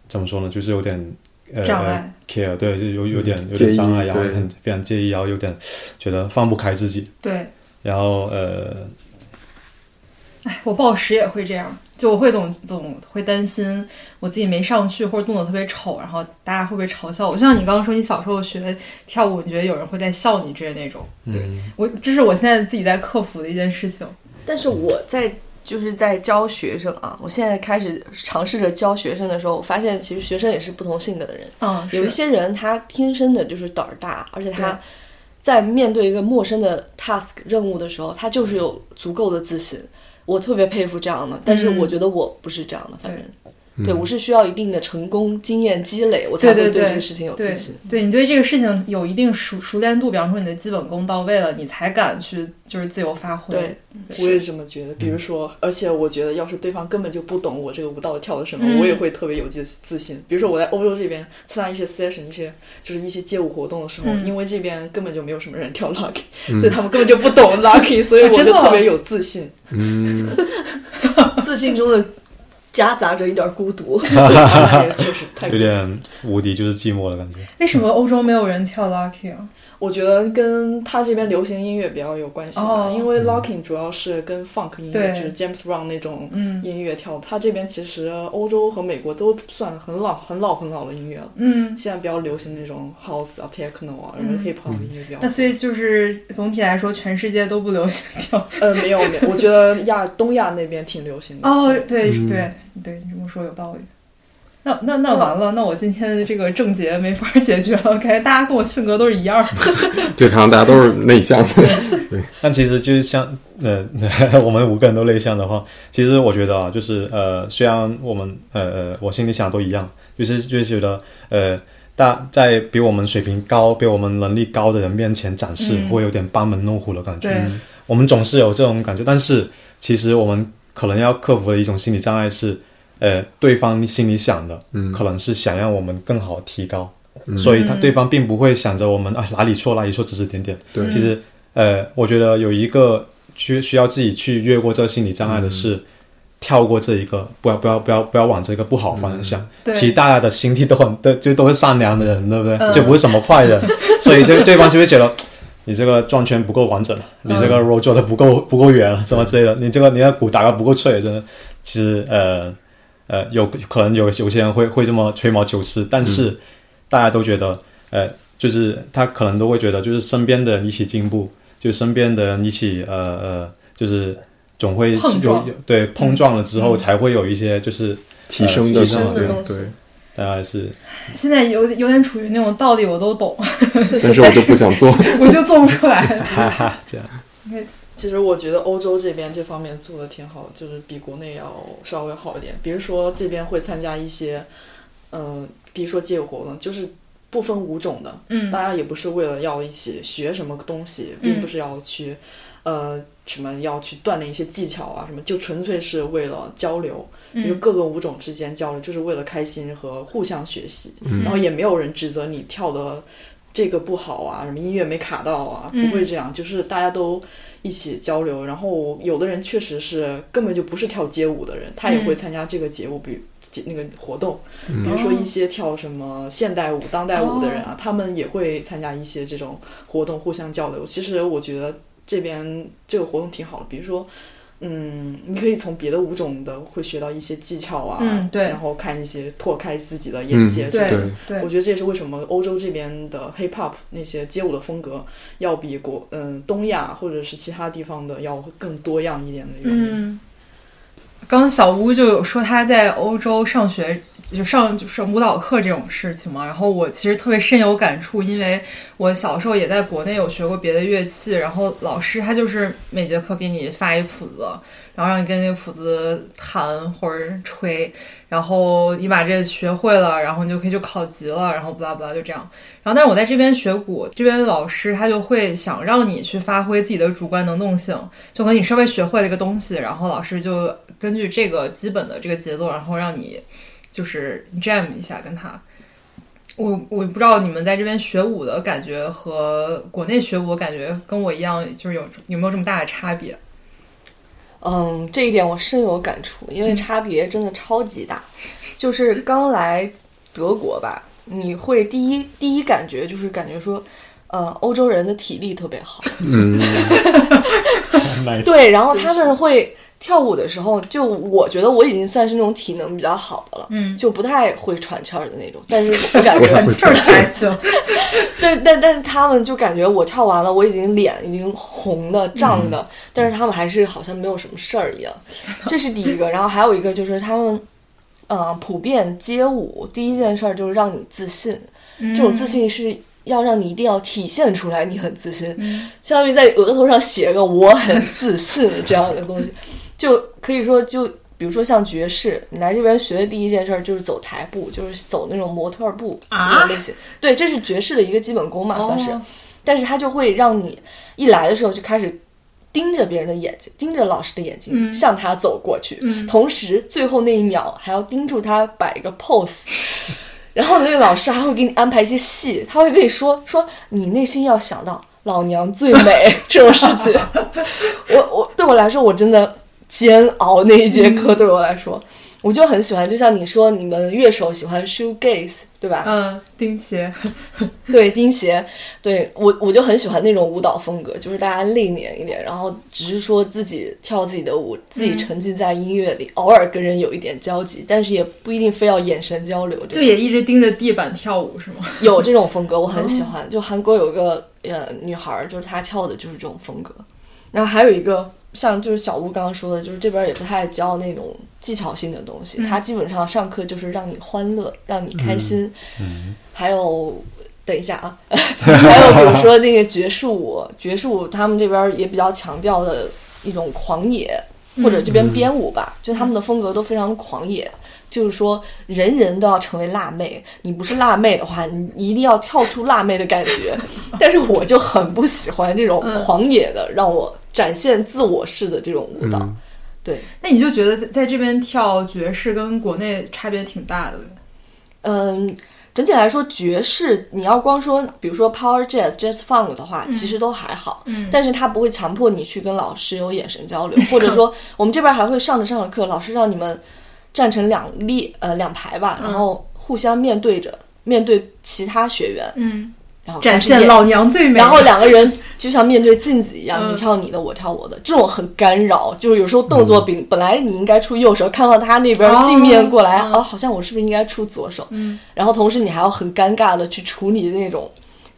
怎么说呢，就是有点呃
障碍
care，对，就有有点
嗯
有
介
点
意
障碍，然后
对
很非常介意，然后有点觉得放不开自己，
对，
然后呃，
哎，我暴食也会这样，就我会总总会担心我自己没上去或者动作特别丑，然后大家会不会嘲笑我？就像你刚刚说，你小时候学跳舞，你觉得有人会在笑你之类的那种。
嗯，
我这是我现在自己在克服的一件事情。
但是我在就是在教学生啊，我现在开始尝试着教学生的时候，我发现其实学生也是不同性格的人，
嗯，
有一
是
些人他天生的就是胆儿大，而且
对
他在面对一个陌生的 task 任务的时候，他
嗯
就是有足够的自信。我特别佩服这样的，但是
嗯
我觉得我不是这样的，反正、
嗯
对我是需要一定的成功经验积累，我才
对
会
对对
这个事情有自
对
信。 <laughs>
对，你对这个事情有一定熟熟练度，比方说你的基本功到位了，你才敢去就是自由发挥。
对，
我也这么觉得。比
嗯
如说，而且我觉得，要是对方根本就不懂我这个舞蹈跳的什么，
嗯
我也会特别有自自信。比如说，我在欧洲这边参加一些 session，一些就是一些街舞活动的时候，
嗯
因为这边根本就没有什么人跳 lucky，、所以
嗯
他们根本就不
<laughs>
懂 lucky，所以
啊
我
真
就
的
特别有自
<laughs>
信。
嗯，
自信中的夹杂着一点孤独。
哎确实太
有点无敌就是寂寞的感觉。
为什么欧洲没有人跳 lucky 啊？
我觉得跟他这边流行音乐比较有关系吧，
哦
因
嗯
为 locking 主要是跟 funk 音乐，
对
就是 James Brown 那种
嗯
音乐跳。他这边其实欧洲和美国都算很老、很老、很老的音乐了。
嗯，
现在比较流行那种 house 啊、techno 啊，然
嗯
后 hip hop 音乐比较
那。所以就是总体来说，全世界都不流行 <laughs> 跳
呃，没有没有，我觉得亚 <laughs> 东亚那边挺流行的。
哦，
现在
对、
嗯
对对，你这么说有道理。那那那完了，那我今天的这个症结没法解决了，感觉大家跟我性格都是一样的。
对，看来大家都是内向的，
<laughs> 但其实就是像呃， <laughs> 我们五个人都内向的话，其实我觉得啊，就是呃，虽然我们呃呃，我心里想的都一样，就是就是觉得呃，大在比我们水平高、比我们能力高的人面前展示，
嗯
会有点班门弄斧的感觉。
对，
我们总是有这种感觉，但是其实我们可能要克服的一种心理障碍是，呃，对方心里想的
嗯
可能是想让我们更好提高，
嗯
所以他
嗯
对方并不会想着我们 <laughs> 啊哪里错哪里错指指点点。
对
其实呃，我觉得有一个需需要自己去越过这个心理障碍的是。
嗯
跳过这一个，不要不要不要不要往这个不好的方向想。
对
其实大家的心地都很都就都是善良的人，对不对？
嗯
就不是什么坏
<laughs>
人，所以这对方就会觉得你这个转圈不够完整，啊
嗯
你这个 roll 做的不够不够圆，什么之类的，你这个你的鼓打的不够脆，啊真的。其实呃呃，有可能有有些人会会这么吹毛求疵，但
嗯
是大家都觉得呃，就是他可能都会觉得，就是身边的人一起进步，就身边的人一起呃呃，就是。总会
碰
有
撞嗯
有对碰撞了之后才会有一些就是
<laughs> 提升
呃
的
提升
空
的
间
东，西
对。
大
<laughs>
家是
现在有有点处于那种道理我都懂， <laughs>
<laughs> 但是我就不想做。
我就做不出来。
哈哈这样，
其实我觉得欧洲这边这方面做的挺好，就是比国内要稍微好一点。比如说这边会参加一些，嗯、比如说街舞活动，就是不分舞种的，
嗯
大家也不是为了要一起学什么东西，
嗯
并不是要去，呃，什么要去锻炼一些技巧啊什么，就纯粹是为了交流，因为
嗯
各个舞种之间交流，就是为了开心和互相学习。
嗯
然后也没有人指责你跳的这个不好啊，什么音乐没卡到啊，
嗯
不会这样，就是大家都一起交流。然后有的人确实是根本就不是跳街舞的人，他也
嗯哦
会参加这个节目，比节那个活动，
嗯
比如说一些跳什么现代舞、当代舞的人啊，他们也会参加一些这种活动，互相交流。其实我觉得这边这个活动挺好的，比如说。嗯，你可以从别的舞种的会学到一些技巧啊，
嗯对
然后看一些拓开自己的眼
嗯，
界之类的，
对，
我
对，
觉得这也是为什么欧洲这边的 hip hop 那些街舞的风格要比国嗯东亚或者是其他地方的要更多样一点的原因。
嗯。刚小吴就有说他在欧洲上学，就上就是舞蹈课这种事情嘛。然后我其实特别深有感触，因为我小时候也在国内有学过别的乐器，然后老师他就是每节课给你发一谱子，然后让你跟那个谱子弹或者吹，然后你把这学会了，然后你就可以去考级了，然后不拉不拉就这样。然后，但是我在这边学鼓，这边老师他就会想让你去发挥自己的主观能动性，就可能你稍微学会了一个东西，然后老师就根据这个基本的这个节奏，然后让你就是 jam 一下跟他。我我不知道你们在这边学舞的感觉和国内学舞的感觉跟我一样，就是有有没有这么大的差别？
嗯，这一点我深有感触，因为差别真的超级大。就是刚来德国吧，你会第一第一感觉就是感觉说，呃，欧洲人的体力特别好，
嗯，
nice
对，然后他们会跳舞的时候，就我觉得我已经算是那种体能比较好的了，
嗯
就不太会喘气儿的那种，但是我感觉
喘气儿
还行，
对，但但是他们就感觉我跳完了，我已经脸已经红的、胀的，但是他们还是好像没有什么事儿一样。这是第一个，然后还有一个就是他们，呃，普遍街舞第一件事儿就是让你自信，这种
嗯
自信是要让你一定要体现出来你很自信，
嗯
相当于在额头上写个“我很自信”这样的东西，就可以说就。比如说像爵士，你来这边学的第一件事儿就是走台步，就是走那种模特儿步
啊
那种类型。对，这是爵士的一个基本功嘛， <laughs> 算是。
哦
但是它就会让你一来的时候就开始盯着别人的眼睛，盯着老师的眼睛，
嗯
向他走过去，
嗯
同时最后那一秒还要盯住他摆一个
<laughs>
pose。然后那个老师还会给你安排一些戏，他会跟你说说你内心要想到老娘最
<laughs>
美这种事情。我我对我来说，我真的煎熬那一节
嗯
课，对我来说，我就很喜欢。就像你说，你们乐手喜欢 shoegaze，对吧？
嗯，钉鞋，
<laughs> 对钉鞋，对我我就很喜欢那种舞蹈风格，就是大家内敛一点，然后只是说自己跳自己的舞，自己沉浸在音乐里，偶尔跟人有一点交集，但是也不一定非要眼神交流。
<laughs> 就
这种
也一直盯着地板跳舞是吗？ <laughs>
有这种风格，我很喜欢。就韩国有一个呃女孩儿，就是她跳的就是这种风格，然后还有一个。像就是小吴刚刚说的，就是这边也不太教那种技巧性的东西，
嗯
他基本上上课就是让你欢乐，让你开心，还有，等一下啊， <laughs> 还有比如说那个爵士舞，爵士舞他们这边也比较强调的一种狂野，或者这边编舞吧，就他们的风格都非常狂野，就是说人人都要成为辣妹，你不是辣妹的话，你一定要跳出辣妹的感觉。 <laughs> 但是我就很不喜欢这种
嗯
狂野的，让我展现自我式的这种舞蹈。
嗯
对，
那你就觉得在在这边跳爵士跟国内差别挺大的呗，
嗯，整体来说，爵士你要光说，比如说 power jazz、jazz funk 的话，其实都还好。
嗯
但是他不会强迫你去跟老师有眼神交流，或
<laughs>
者说我们这边还会上着上着课，老师让你们站成两列呃两排吧，
嗯
然后互相面对着面对其他学员，
嗯，
然后
展
开始
现
演
老娘最美。
然后两个人就像面对镜子一样，
嗯
你跳你的，我跳我的，这种很干扰。就是有时候动作比、本来你应该出右手，看到他那边
嗯哦
镜面过来，
嗯
哦，好像我是不是应该出左手？
嗯
然后同时你还要很尴尬的去处理那种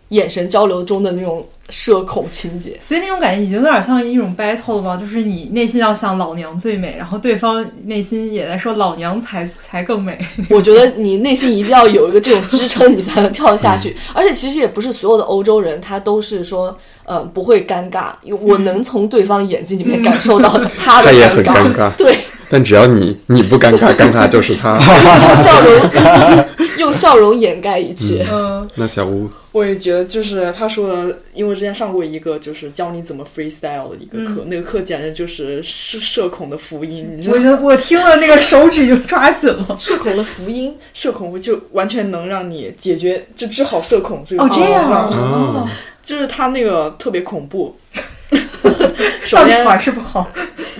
眼神交流中的那种社恐
<laughs>
情节。
所以那种感觉已经有点像一种 battle 了嘛，就是你内心要想老娘最美，然后对方内心也在说老娘才才更美。
我觉得你内心一定要有一个这种支撑，你才能跳得下去。
嗯
而且其实也不是所有的欧洲人他都是说，呃，不会尴尬。我
嗯
能从对方眼睛里面感受到他
<laughs>
的
他也很
尬。
尴尬
对，
但只要你你不尴尬，尴尬就是他。
<laughs> 用笑容用笑容掩盖一切。
嗯，
那小吴，
我也觉得，就是他说的，因为我之前上过一个就是教你怎么 freestyle 的一个课，那个课简直就是社社恐的福音，你知道
<laughs> 嗯我
吗？
就我听了那个手指就抓紧了。
社恐的福音，社恐就完全能让你解决，就治好社恐这个啊
哦，这样
方法
嗯
哦，
就是他那个特别恐怖。
到
首
底
先
好还是不好？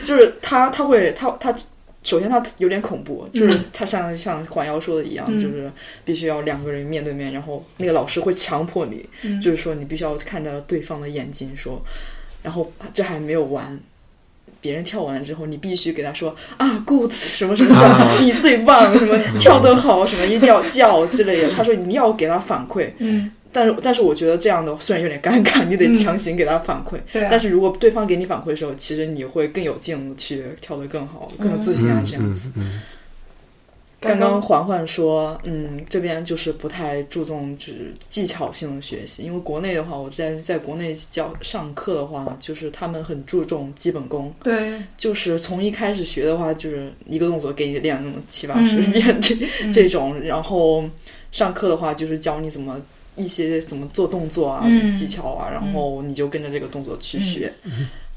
就是他他会他他首先他有点恐怖，就是他像像黄瑶说的一样，
嗯
就是必须要两个人面对面，然后那个老师会强迫你，
嗯
就是说你必须要看着对方的眼睛说，然后这还没有完。别人跳完了之后，你必须给他说啊，good 什么什么什么
啊，
你最棒，什么跳得好，什么一定要叫之类
<laughs>
的。他说你要给他反馈，
嗯，
但是但是我觉得这样的虽然有点尴尬，你得
嗯
强行给他反馈。
对啊
但是如果对方给你反馈的时候，其实你会更有劲去跳得更好，更有自信啊，
嗯
这样
嗯
子。
嗯，
刚刚环环说，嗯，这边就是不太注重就是技巧性的学习，因为国内的话，我在在国内教上课的话，就是他们很注重基本功，
对，
就是从一开始学的话，就是一个动作给你练那么七八十
嗯
遍、这这种，然后上课的话就是教你怎么一些怎么做动作啊、
嗯
技巧啊，然后你就跟着这个动作去学。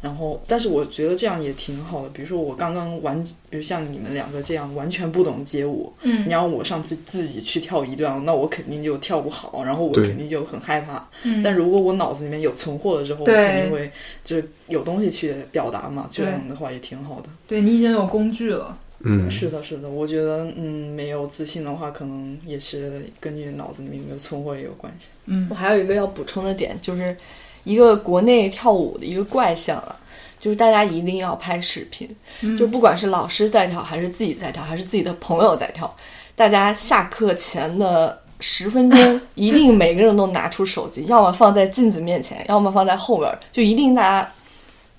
然后，但是我觉得这样也挺好的。比如说我刚刚完，比如像你们两个这样完全不懂街舞，
嗯
你让我上次自己去跳一段，那我肯定就跳不好，然后我
对
肯定就很害怕。
嗯
但如果我脑子里面有存货了之后，我
对
肯定会就是有东西去表达嘛，这
对
样的话也挺好的。
对你已经有工具了。
嗯，
是的，是的，我觉得嗯，没有自信的话，可能也是根据脑子里面有没有存货也有关系。
嗯
我还有一个要补充的点，就是一个国内跳舞的一个怪象啊，就是大家一定要拍视频，就不管是老师在跳，还是自己在跳，还是自己的朋友在跳，大家下课前的。十分钟，一定每个人都拿出手机，要么放在镜子面前，要么放在后面儿，就一定大家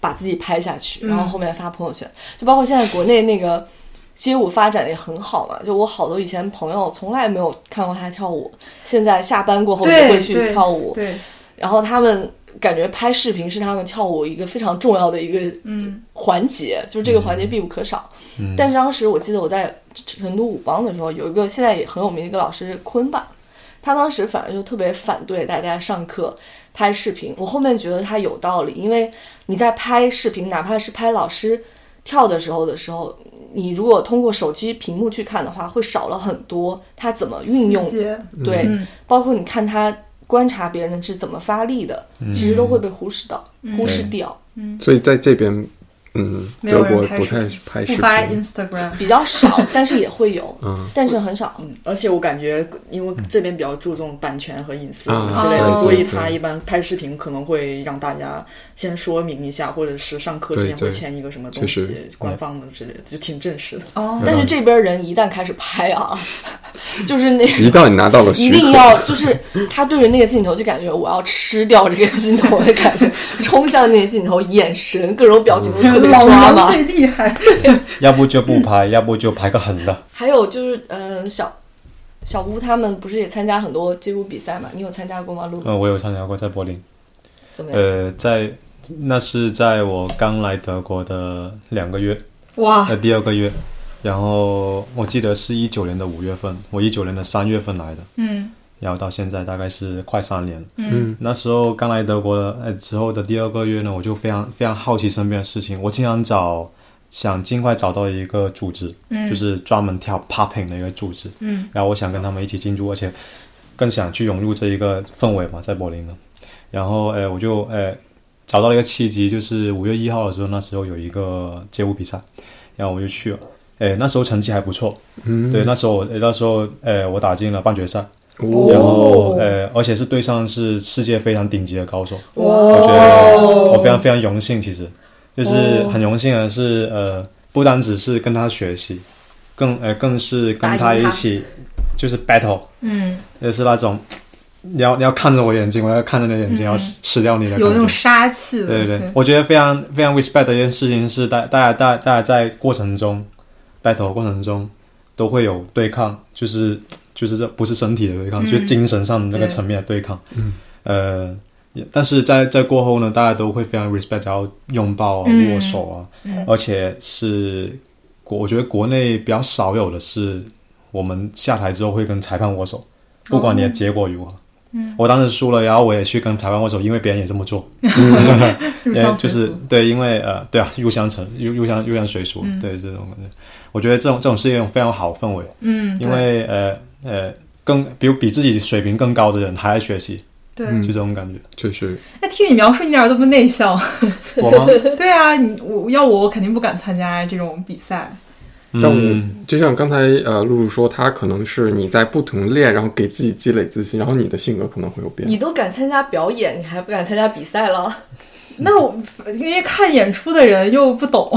把自己拍下去，然后后面发朋友圈。就包括现在国内那个街舞发展也很好嘛，就我好多以前朋友从来没有看过他跳舞，现在下班过后就
对
会去
对
跳舞，
对，
然后他们感觉拍视频是他们跳舞一个非常重要的一个
嗯
环节，就是这个环节必不可少。但是当时我记得我在成都舞帮的时候，有一个现在也很有名的一个老师坤吧，他当时反正就特别反对大家上课拍视频。我后面觉得他有道理，因为你在拍视频，哪怕是拍老师跳的时候的时候，你如果通过手机屏幕去看的话，会少了很多他怎么运用
细节
对，
嗯
包括你看他观察别人是怎么发力的，其实都会被忽视到、
嗯
忽视掉，
所以在这边，嗯，
没有
德
人
国
拍
不
视
太
频
拍
不
视
发
频，
<laughs>
Instagram。
比
<laughs>
较少，但是也会有，
嗯
但是很少。
嗯，而且我感觉，因为这边比较注重版权和隐私
啊
之类的，
对
所以
对
他
对
一般拍视频可能会让大家先说明一下，或者是上课之
对
前会
对
签一个什么
确
东
实
西，官方的之类的，就挺正式的。
哦，
但是这边人一旦开始拍啊， <laughs> 就是那
一旦你拿到了
一
许
定
可，
要就是他对着那个镜头就感觉我要吃掉这个镜头的感觉，冲向那个镜头，眼神各种表情都特别
老
抓
娘
马。
最厉害。
要不就不拍，要不就拍个横的。
还有就是，嗯、小小吴他们不是也参加很多街舞比赛嘛？你有参加过吗？露
嗯，我有参加过在柏林，
怎么样？
呃，在那是在我刚来德国的两个月，
哇，
啊
呃，第二个月，然后我记得是一九年的五月份，我一九年的三月份来的，
嗯
然后到现在大概是快三年了。
嗯，
那时候刚来德国的，呃，之后的第二个月呢，我就非常非常好奇身边的事情，我经常找，想尽快找到一个组织，
嗯
就是专门跳 popping 的一个组织，
嗯，
然后我想跟他们一起进驻，而且更想去融入这一个氛围嘛，在柏林呢。然后，呃，我就呃找到了一个契机，就是五月一号的时候，那时候有一个街舞比赛，然后我就去了。哎，那时候成绩还不错，嗯，对，那时候我呃那时候，呃，我打进了半决赛，
哦
然后呃，而且是对上是世界非常顶级的高手，我
哦
觉得我哦非常非常荣幸，其实就是很荣幸的是，呃，不单只是跟他学习，更呃更是跟他一起就是 battle，
嗯
也是那种你要你要看着我眼睛，我要看着你的眼睛，要吃吃掉你的感觉。
有那种杀气的，
对对对，我觉得非常非常 respect 的一件事情是，大大家大大家在过程中 battle 过程中都会有对抗，就是就是这不是身体的对
嗯
抗，就是精神上的那个
对
层面的对抗。嗯，呃，但是在在过后呢，大家都会非常 respect，然后拥抱啊、
嗯
握手啊，
嗯
而且是国我觉得国内比较少有的是，我们下台之后会跟裁判握手，不管你的结果如何。
哦嗯
我当时输了，然后我也去跟裁判握手，因为别人也这么做。
入
因为
乡
就
随
是
俗。
对，因为呃，对啊，入乡成入入乡入乡随俗，对这种感觉，我觉得这种这种是一种非常好的氛围，
嗯，
因为呃呃，更比如比自己水平更高的人还在学习，
对。
就
对
这种感觉。
确实，
那听你描述，你一点都不内向。 <laughs>
我吗？
对啊，你我要我，我肯定不敢参加这种比赛。
<laughs> 但我
嗯，
就像刚才呃露露说，她可能是你在不停练，然后给自己积累自信，然后你的性格可能会有变。
你都敢参加表演，你还不敢参加比赛了？
那我因为看演出的人又不懂，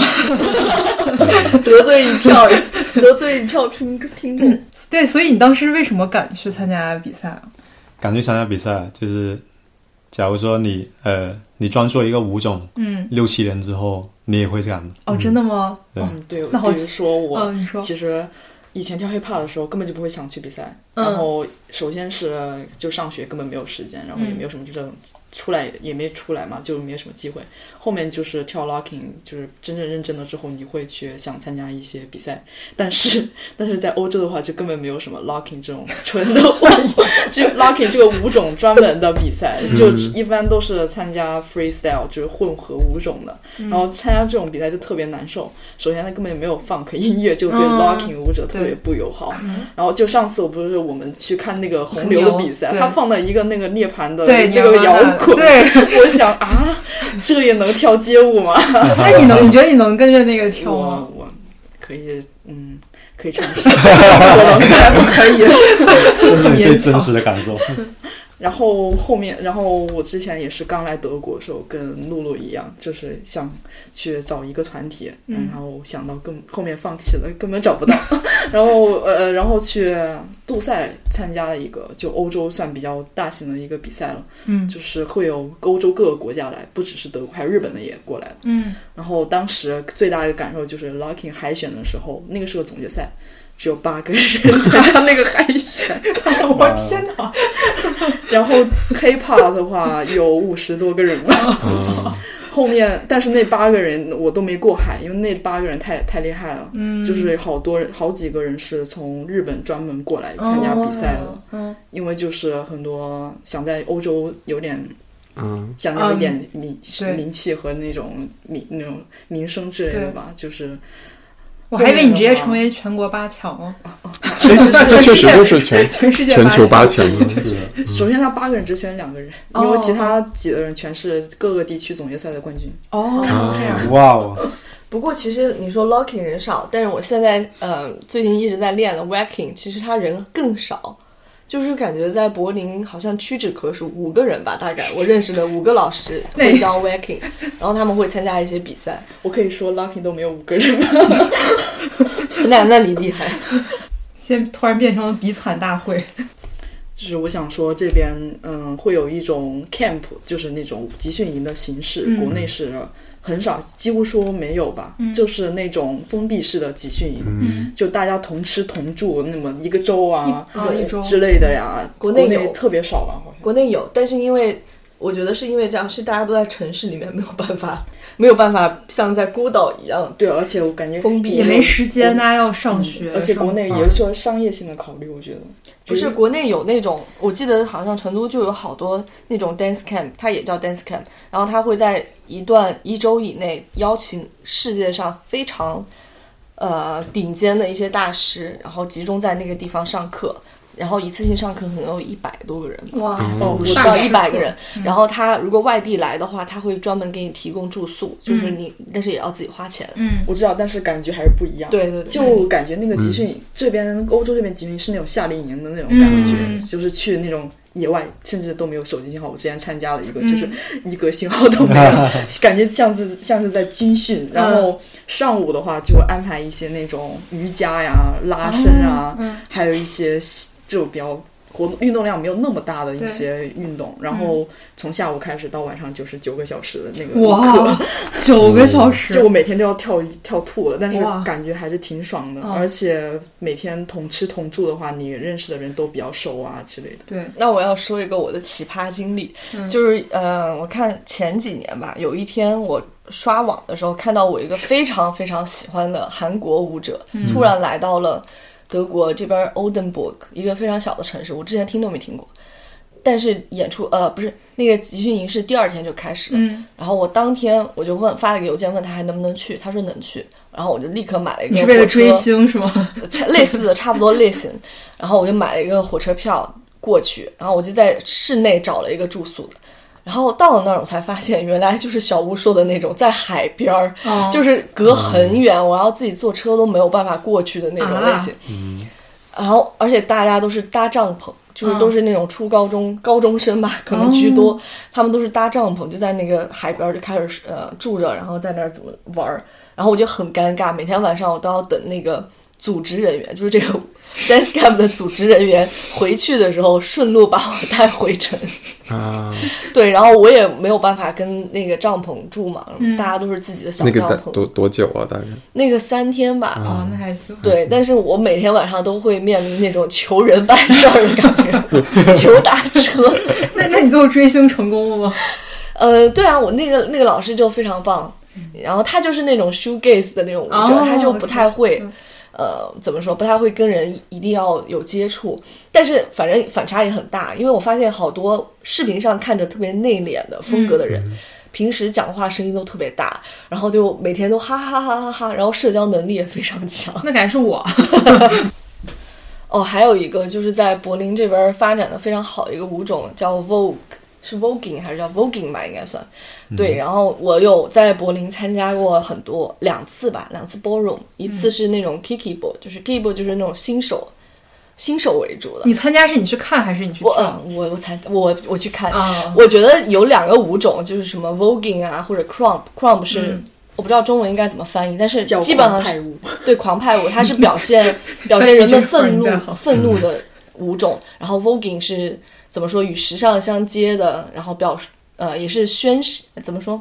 得罪一票，得罪一票听听众。
对，所以你当时为什么敢去参加比赛啊？
敢去参加比赛，就是假如说你呃你专注一个舞种
嗯，
六七年之后，你也会这样的。
哦，真的吗？
对
嗯，对，比
那好
如说我，
嗯，你说，
其实以前跳 hiphop 的时候根本就不会想去比赛，
嗯
然后首先是就上学根本没有时间，然后也
嗯
没有什么这种出来也没出来嘛，就没有什么机会。后面就是跳 locking，就是真正认真了之后，你会去想参加一些比赛，但是但是在欧洲的话就根本没有什么 locking 这种纯的舞，
<laughs>
就 locking 这个舞种专门的比赛，
嗯
就一般都是参加 freestyle，就是混合舞种的。
嗯
然后参加这种比赛就特别难受。首先，它根本就没有 funk 音乐，就对
嗯
locking 舞者特别
对
不友好。
嗯
然后就上次我不是我们去看那个红牛的比赛
红，牛
他放了一个那个涅槃的
对，
那个
你要
摇
问他
滚，
<laughs> 对，
<laughs> 我想啊，这个也能跳街舞吗？
那你能，你觉得你能跟着那个跳吗
我？我可以，嗯，可以尝
<laughs>
试，我能看不可以。
这是你 <laughs> 最真实的感受。
然后后面，然后我之前也是刚来德国的时候，跟露露一样，就是想去找一个团体，
嗯
然后想到更后面放弃了，根本找不到。 <laughs> 然后呃，然后去杜塞参加了一个，就欧洲算比较大型的一个比赛了，
嗯
就是会有欧洲各个国家来，不只是德国，还有日本的也过来了。
嗯
然后当时最大的感受就是 locking 海选的时候，那个是个总决赛，只有八
<laughs>
个人参加那个海选。
我天
哪！
然后 hiphop 的话有五十多个人吧。
哦
啊，
<laughs> 后面，但是那八个人我都没过海，因为那八个人太太厉害了，
嗯，
就是好多人，好几个人是从日本专门过来参加比赛的，
嗯
因为就是很多想在欧洲有点
嗯，
想要一点名、
对
名气和那种名那种名声之类的吧，就是
我还以为你直接成为全国八强哦， <laughs>
确实这确实就是全
全世界
全球八
强
强。
是
嗯
<laughs> 首先他八个人只选两个人，因为其他几个人全是各个地区总决赛的冠军。
哦，
啊
这样
哇哦，
不过其实你说 locking 人少，但是我现在呃最近一直在练的 wacking，其实他人更少，就是感觉在柏林好像屈指可数，五个人吧，大概我认识的五个老师
那
会教 wacking，然后他们会参加一些比赛。
我可以说 Lucky 都没有五个人吧。
那那你厉害， <laughs>
现在突然变成了比惨大会。
就是我想说，这边嗯会有一种 camp，就是那种集训营的形式，
嗯
国内是很少，几乎说没有吧，
嗯
就是那种封闭式的集训营，
嗯，
就大家同吃同住，那么一个州啊
一啊一周
之类的呀，
国
内
内有
特别少吧，好像。
国内有，但是因为我觉得是因为这样，是大家都在城市里面没有办法，没有办法像在孤岛一样。
对，而且我感觉
封闭
也没时间，大家要上学，
而且国内
上
也有说商业性的考虑，我觉得
不是国内有那种，我记得好像成都就有好多那种 dance camp，它也叫 dance camp，然后它会在一段一周以内邀请世界上非常呃顶尖的一些大师，然后集中在那个地方上课，然后一次性上课可能有一百多个人吧。
哇，
哦
我
是
知
吧
道一百个人，然后他如果外地来的话，他会专门给你提供住宿，就是
嗯
你，但是也要自己花钱。
嗯，
我知道，但是感觉还是不一样。
对对对，
就感觉那个集训、这边欧洲这边集训是那种夏令营的那种感觉，
嗯
就是去那种野外，甚至都没有手机信号。我之前参加了一个，
嗯
就是一个信号都没有，感觉像是像是在军训。然
嗯
后上午的话就会安排一些那种瑜伽呀、拉伸啊，
嗯
还有一些这种比较活动运动量没有那么大的一
对
些运动，然后从下午开始到晚上就是九个小时的那个
哇
课，，
九个小时，
就我每天都要跳一跳吐了，但是
哇
感觉还是挺爽的，
哦
嗯
而且每天同吃同住的话，你认识的人都比较熟啊之类的。
对，
那我要说一个我的奇葩经历，
嗯
就是呃，我看前几年吧，有一天我刷网的时候，看到我一个非常非常喜欢的韩国舞者，
嗯
突然来到了德国这边 Oldenburg 一个非常小的城市，我之前听都没听过。但是演出呃不是那个集训营是第二天就开始了，
嗯，
然后我当天我就问发了个邮件问他还能不能去，他说能去，然后我就立刻买了一个
你是为了
火车
追星是吗？
差类似的，差不多类型。然后我就买了一个火车票过去，然后我就在市内找了一个住宿的。然后到了那儿，我才发现原来就是小吴说的那种，在海边儿，
哦
就是隔很远，我要自己坐车都没有办法过去的那种
啊
类型。
嗯
然后，而且大家都是搭帐篷，就是
嗯哦
都是那种初高中、高中生吧，可能居多。他们都是搭帐篷，就在那个海边儿就开始呃住着，然后在那儿怎么玩儿。然后我就很尴尬，每天晚上我都要等那个组织人员，就是这个 <laughs> dance camp 的组织人员回去的时候，顺路把我带
<laughs>
回城。
啊，
对，然后我也没有办法跟那个帐篷住嘛，
嗯
大家都是自己的小
那个啊
帐
大
篷。
多多久啊？大概
那个三天吧，
哦，那还
<laughs>
行，
对，但是我每天晚上都会面临那种求人办事儿的感
<laughs>
觉，求打车。
那那你最后追星成功了
<laughs>
吗？
呃，对啊，我那个那个老师就非常棒，然后他就是那种 shoegaze 的那种舞者，
哦
他就不太会
嗯。
呃，怎么说？不太会跟人一定要有接触，但是反正反差也很大，因为我发现好多视频上看着特别内敛的风格的
嗯
人，平时讲话声音都特别大，然后就每天都哈哈哈哈哈，然后社交能力也非常强。
那敢是我，
哦，还有一个就是在柏林这边儿发展的非常好的一个舞种叫 Vogue，是 Voguing 还是叫 Voguing 吧？应该算。
嗯
对，然后我有在柏林参加过很多两次吧，两次 ballroom，一
嗯
次是那种 kiki ball，、就是 kiki ball 就是那种新手新手为主的。
你参加是你去看还是你去
我
跳？
嗯，我我参我我去看，
啊，
我觉得有两个舞种，就是什么 voguing 啊，或者 crump，crump 是、
嗯
我不知道中文应该怎么翻译，但是
叫
基本上
狂
是
派舞，
对狂派舞，它是
<laughs>
表现表现人们愤
这个人在
怒
好
愤怒的舞种，然后 voguing 是怎么说与时尚相接的，然后表呃也是宣示怎么说？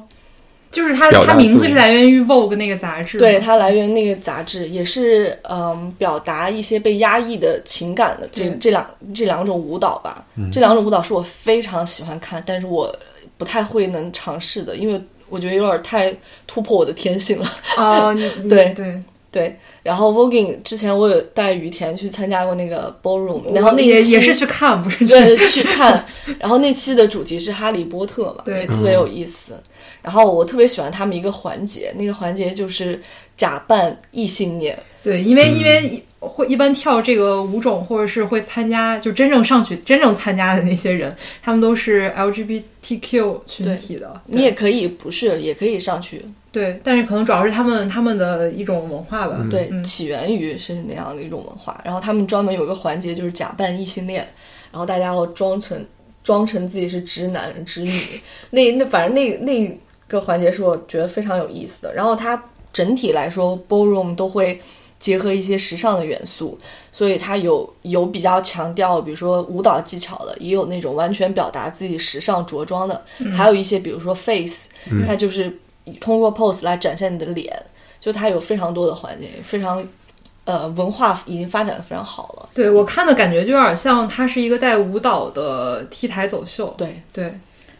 就是它
表
它
达
名
自
字
己
是来源于 Vogue 那个杂志，
对，，它来源于那个杂志，也是嗯、表达一些被压抑的情感的这
对
这两这两种舞蹈吧，这两种舞蹈是我非常喜欢看，但是我不太会能尝试的，因为我觉得有点太突破我的天性了。
哦，
<laughs>
你你
对
对，
对，然后 voguing 之前我有带于田去参加过那个 ballroom，然后那
也
一期
也是去看，不是去
对，去看。 <laughs> 然后那期的主题是《哈利波特》嘛，
对
也特别有意思。然后我特别喜欢他们一个环节，那个环节就是假扮异性恋。
<laughs> 对，因为
嗯
因为会一般跳这个舞种，或者是会参加，就真正上去真正参加的那些人，他们都是 LGBTQ 群体的。对
你也可以不是，也可以上去。
对，但是可能主要是他们他们的一种文化吧。
对，
嗯
起源于是那样的一种文化。然后他们专门有一个环节就是假扮异性恋，然后大家要装成装成自己是直男直女。那那反正那那个环节是我觉得非常有意思的。然后它整体来说，ballroom 都会结合一些时尚的元素，所以它有有比较强调，比如说舞蹈技巧的，也有那种完全表达自己时尚着装的，还有一些比如说 face，、它就是通过 pose 来展现你的脸，就它有非常多的环节，非常呃文化已经发展的非常好了。
对我看的感觉就有点像，它是一个带舞蹈的 T 台走秀。
对，
对，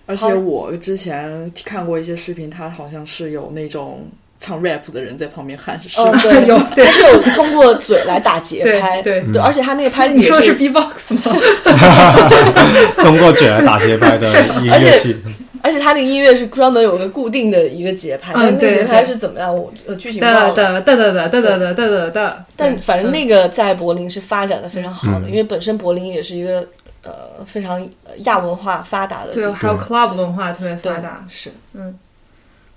而且我之前看过一些视频，他好像是有那种唱 rap 的人在旁边喊，是
哦
吗
对
<laughs> 有
它是有通过嘴来打节拍，
对对
而且它那个拍子
你
也
说的是 B-box 吗？
通过嘴来打节拍的音乐器，
而且他那个音乐是专门有个固定的一个节拍，
嗯
但那个
对
节拍
对
是怎么样，我呃具体忘
哒
了。
哒哒哒哒哒哒哒哒哒。
但
对嗯
反正那个在柏林是发展的非常好的，因为本身柏林也是一个呃非常呃亚文化发达的地
对，
方，
还有 club 文化特别
对
发达。
是 <coughs>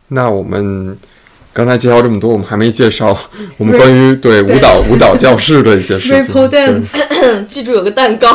那我们刚才介绍这么多，我们还没介绍 <laughs> 我们关于对舞蹈舞蹈教室的一些事情。
Ripple
对
dance，
嗯，记住有个蛋糕，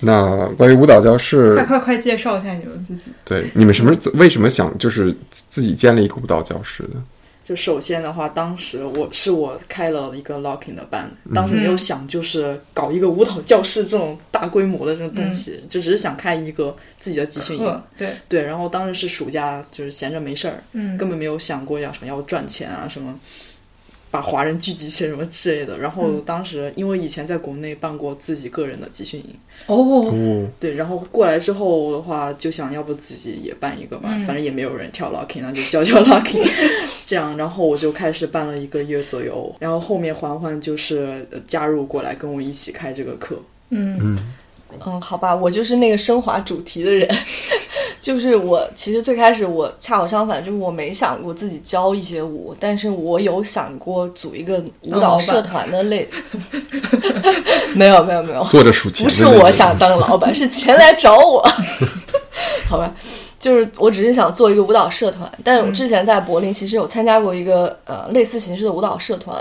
那关于舞蹈教室
<laughs>
<laughs>
快，快快介绍一下你们自己。
对你们什么为什么想就是自己建立一个舞蹈教室呢？
就首先的话，当时我是我开了一个 locking 的班，当时没有想就是搞一个舞蹈教室这种大规模的这种东西，就只是想开一个自己的集训营。
课对，
对，然后当时是暑假，就是闲着没事儿，
嗯，
根本没有想过要什么要赚钱啊，什么把华人聚集起来什么之类的。然后
嗯
当时因为以前在国内办过自己个人的集训营，
哦，
哦，
对，然后过来之后的话，就想要不自己也办一个吧，
嗯
反正也没有人跳 locking，那就教教 locking，这样。然后我就开始办了一个月左右，然后后面环环就是呃加入过来跟我一起开这个课。
嗯
嗯，好吧，我就是那个升华主题的人， <laughs> 就是我其实最开始我恰好相反，就是我没想过自己教一些舞，但是我有想过组一个舞
当嗯老
蹈
板
社团的
<laughs>
类，没有没有没有，
坐着数钱
不
的那
是
种，
我想当老板，是钱来找我， <laughs> 好吧，就是我只是想做一个舞蹈社团，但是我
嗯
之前在柏林其实有参加过一个呃类似形式的舞蹈社团，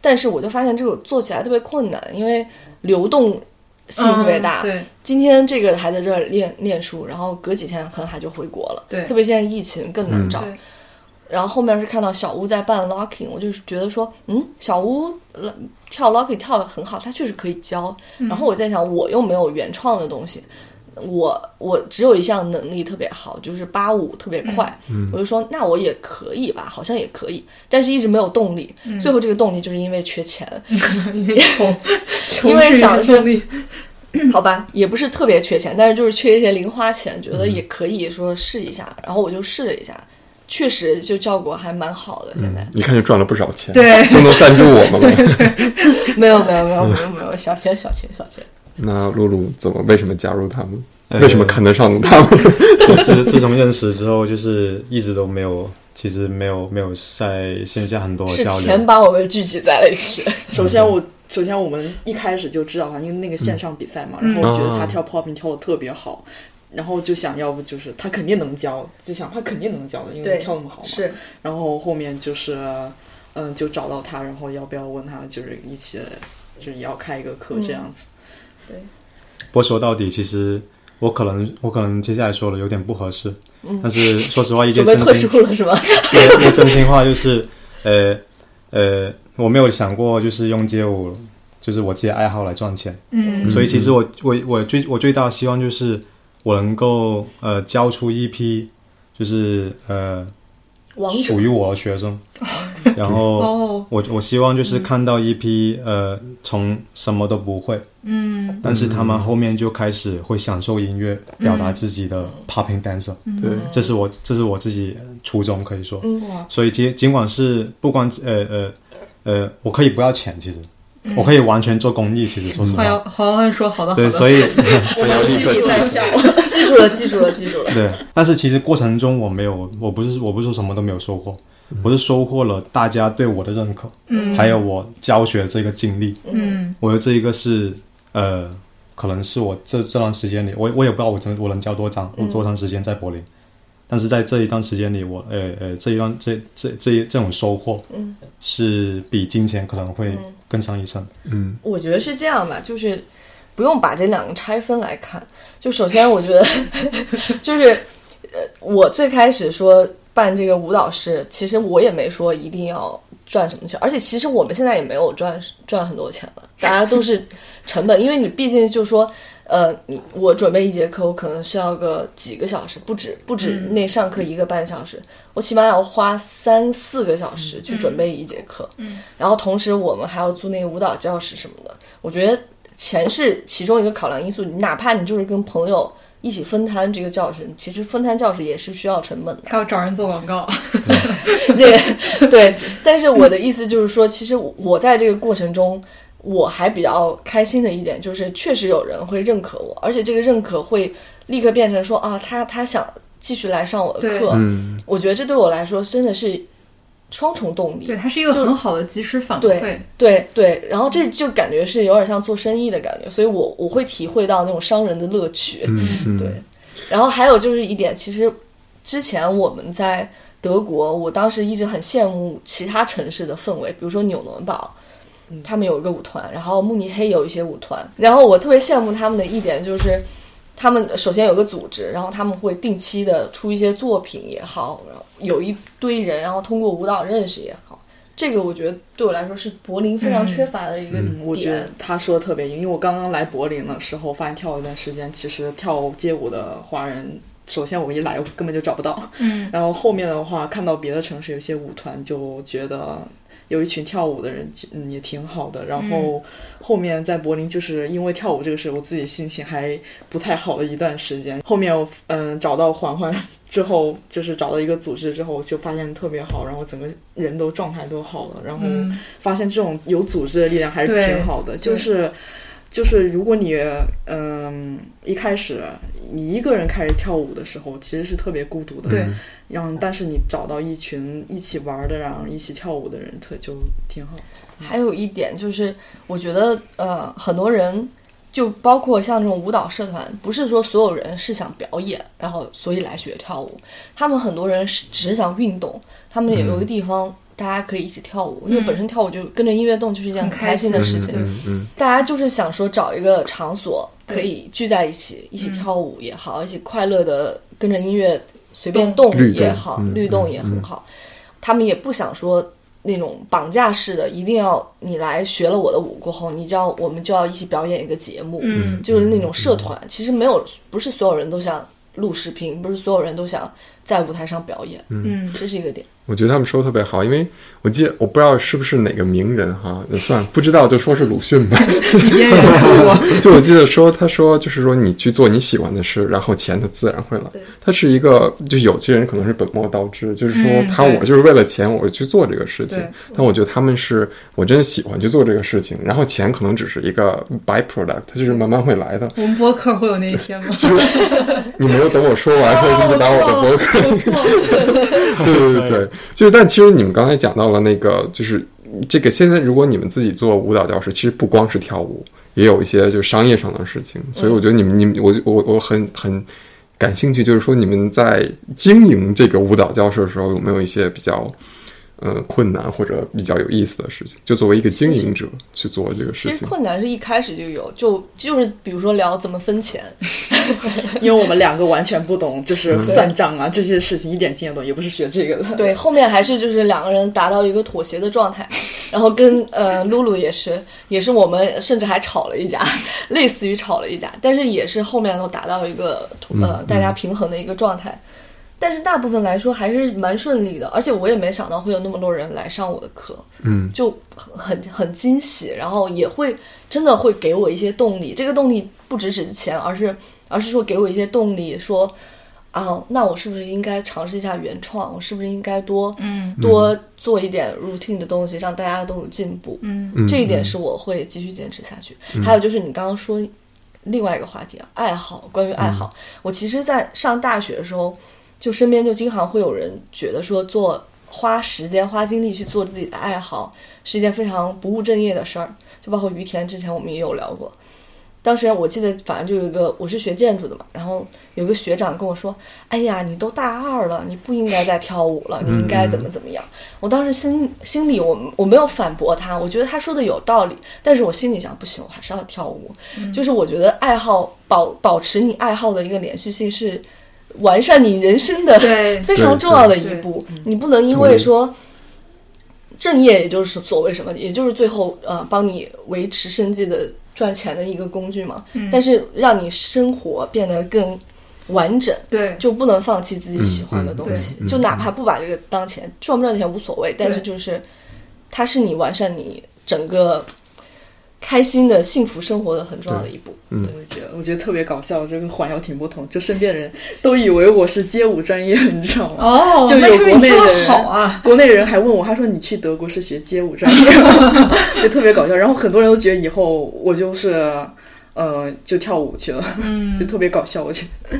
但是我就发现这个做起来特别困难，因为流动性特别大，
嗯对，
今天这个还在这儿练练书，然后隔几天可能还就回国了。
对
特别现在疫情更难找。 <laughs>
嗯对
然后后面是看到小屋在办 locking，我就是觉得说，嗯，小屋呃跳 locking 跳的很好，他确实可以教。
嗯
然后我在想，我又没有原创的东西，我我只有一项能力特别好，就是八五特别快，
嗯
我就说那我也可以吧，好像也可以，但是一直没有动力。
嗯
最后这个动力就是因为缺钱，
因 <laughs> 为穷穷
因为
是
想
原
是
动力
<laughs> 好吧，也不是特别缺钱，但是就是缺一些零花钱，觉得也可以说试一下。然后我就试了一下，确实就效果还蛮好的。现在、
一看就赚了不少钱，
对
不能赞助我们
<laughs>
了。
没有没有没有没有没有小钱小钱小钱，
那露露怎么为什么加入他们？
呃
为什么看得上他们？
<laughs> 自自从认识之后，就是一直都没有，其实没有没有在线下很多的
是
交
钱
流。
把我们聚集在了一起。
首先我。首先，我们一开始就知道他，因为那个线上比赛嘛，然后我觉得他
啊
跳 popping 跳的特别好，然后就想要不就是他肯定能教，就想他肯定能教的，因为
对
他跳那么好嘛。
是
然后后面就是，嗯，就找到他，然后要不要问他，就是一起，就是也要开一个课这样子。
不过说到底，其实我可能我可能接下来说的有点不合适，但是说实话，一件
嗯准备
真
退
心
出了是吗？
一件真心话就是，呃呃，我没有想过就是用街舞，就是我自己的爱好来赚钱。
嗯
所以其实我我我最我最大的希望就是我能够呃教出一批就是呃
王者
属于我的学
<laughs>
生，然后
哦
我我希望就是看到一批呃从什么都不会，
嗯
但是他们后面就开始会享受音乐，表达自己
嗯
的 popping dancer，
<laughs> 对，
这是我这是我自己初衷可以说，
嗯
哇
所以尽尽管是不光呃呃呃我可以不要钱，其实
嗯
我可以完全做公益，其实说实
好
话，
像好像说好的好
嗯对，
的，
所以。
我们心里在笑，
<laughs> 记住了记住了记住了。
对，但是其实过程中我没有，我不是我不是说什么都没有收获，我是收获了大家对我的认可，
嗯
还有我教学这个经历，
嗯
我觉得这一个是呃，可能是我这这段时间里，我我也不知道我能我能教多长，我多长时间在柏林，但是在这一段时间里，我呃呃这一段这这这一这种收获，
嗯
是比金钱可能会
嗯
更上一层，
嗯，
我觉得是这样吧，就是不用把这两个拆分来看。就首先，我觉得 <laughs> 就是呃，我最开始说办这个舞蹈室，其实我也没说一定要赚什么钱，而且其实我们现在也没有赚赚很多钱了，大家都是成本，因为你毕竟就说。呃，你我准备一节课，我可能需要个几个小时，不止不止
嗯
那上课一个半小时，我起码要花三四个小时去准备一节课。然后同时我们还要租那个舞蹈教室什么的。我觉得钱是其中一个考量因素，哪怕你就是跟朋友一起分摊这个教室，其实分摊教室也是需要成本的。
还有找人做广告，
对 <laughs> 对，但是我的意思就是说，其实我在这个过程中。我还比较开心的一点就是，确实有人会认可我，而且这个认可会立刻变成说啊，他他想继续来上我的
对
课。
嗯，
我觉得这对我来说真的是双重动
<laughs>
力。
对，它是一个很好的及时反馈
对，对对，然后这就感觉是有点像做生意的感觉，所以我我会体会到那种商人的乐趣。
嗯
对，然后还有就是一点，其实之前我们在德国，我当时一直很羡慕其他城市的氛围，比如说纽伦堡。他们有一个舞团，然后慕尼黑有一些舞团，然后我特别羡慕他们的一点就是，他们首先有个组织，然后他们会定期的出一些作品也好，然后有一堆人，然后通过舞蹈认识也好，这个我觉得对我来说是柏林非常缺乏的一个点。
嗯
我觉得他说的特别硬，因为我刚刚来柏林的时候，发现跳了一段时间，其实跳街舞的华人，首先我一来我根本就找不到，
嗯，
然后后面的话看到别的城市有些舞团，就觉得有一群跳舞的人就嗯也挺好的。然
嗯
后后面在柏林，就是因为跳舞这个事，我自己心情还不太好的一段时间。后面我嗯找到环环之后，就是找到一个组织之后，我就发现特别好，然后整个人都状态都好了，然后。
嗯
发现这种有组织的力量还是
对
挺好的，就是。就是如果你嗯一开始你一个人开始跳舞的时候，其实是特别孤独的。
对，
然后但是你找到一群一起玩的，然后一起跳舞的人，特就挺好。
还有一点就是，我觉得呃，很多人就包括像这种舞蹈社团，不是说所有人是想表演，然后所以来学跳舞。他们很多人是只想运动，他们也有一个地方。大家可以一起跳舞，因为本身跳舞就跟着音乐动就是一嗯件很
很
开心的
开
事
心
情。
嗯嗯
大家就是想说找一个场所可
对嗯
以聚在一起，一起跳舞也好，一起快乐的跟着音乐随便动
律动
也好，
嗯
律动也很好。他们也不想说那种绑架式的，一定要你来学了我的舞过后，你就要我们就要一起表演一个节目，
嗯
就是那种社团。其实没有，不是所有人都想录视频，不是所有人都想在舞台上表演，
嗯
这是一个点。
我觉得他们说的特别好，因为我记得我不知道是不是哪个名人哈，算了不知道就说是鲁迅吧。 <laughs>
一边人出国，
就我记得说，他说就是说你去做你喜欢的事，然后钱它自然会来
对。
他是一个，就有些人可能是本末倒置，就是说
嗯
他
对
我就是为了钱我去做这个事情
对，
但我觉得他们是我真的喜欢去做这个事情，然后钱可能只是一个 byproduct，它就是慢慢会来的。
<laughs> 我们播客会有那一天吗？
你没有等我说完，或者就打我的博客。
我错了，
<laughs> 对对对对，就是但其实你们刚才讲到了那个，就是这个现在如果你们自己做舞蹈教室，其实不光是跳舞，也有一些就是商业上的事情。所以我觉得你们、你们我我我很很感兴趣，就是说你们在经营这个舞蹈教室的时候，有没有一些比较呃困难或者比较有意思的事情？就作为一个经营者去做这个事
其实
情。
困难是一开始就有，就就是比如说聊怎么分钱，
因为我们两个完全不懂，就是算账啊这些事情一点经验都没有也不是学这个的。
对，后面还是就是两个人达到一个妥协的状态，然后跟呃露露也是，也是我们甚至还吵了一架，类似于吵了一架，但是也是后面都达到一个呃大家平衡的一个状态。但是大部分来说还是蛮顺利的，而且我也没想到会有那么多人来上我的课，
嗯，
就很很很惊喜，然后也会真的会给我一些动力。这个动力不只是钱，而是而是说给我一些动力，说啊，那我是不是应该尝试一下原创？我是不是应该多
嗯
多做一点 routine 的东西，让大家都有进步？
<laughs> 嗯
嗯
这一点是我会继续坚持下去。还有就是你刚刚说另外一个话题啊，爱好，关于爱好，我其实，在上大学的时候，就身边就经常会有人觉得说做花时间、花精力去做自己的爱好是一件非常不务正业的事儿，就包括于田之前我们也有聊过。当时我记得，反正就有一个我是学建筑的嘛，然后有个学长跟我说：“哎呀，你都大二了，你不应该再跳舞了，你应该怎么怎么样。”我当时心心里我我没有反驳他，我觉得他说的有道理，但是我心里想不行，我还是要跳舞。就是我觉得爱好保保持你爱好的一个连续性是完善你人生的
对
非常重要的一步。
嗯
你不能因为说正业，也就是所谓什么，也就是最后呃帮你维持生计的赚钱的一个工具
嗯
嘛。
嗯
但是让你生活变得更完整，
对，
就不能放弃自己喜欢的东西。
嗯嗯对嗯
就哪怕不把这个当钱，赚不赚钱无所谓，但是就是它是你完善你整个开心的幸福生活的很重要的一步。
对，我觉得我觉得特别搞笑，这跟环游挺不同，就身边的人都以为我是街舞专业，你知道吗？
哦，
就
那
有
说明
国
你
内
跳
人
得好啊，
国内人还问我，他说你去德国是学街舞专业吗， <laughs> 就特别搞笑。然后很多人都觉得以后我就是，呃，就跳舞去了，
嗯
就特别搞笑。我觉得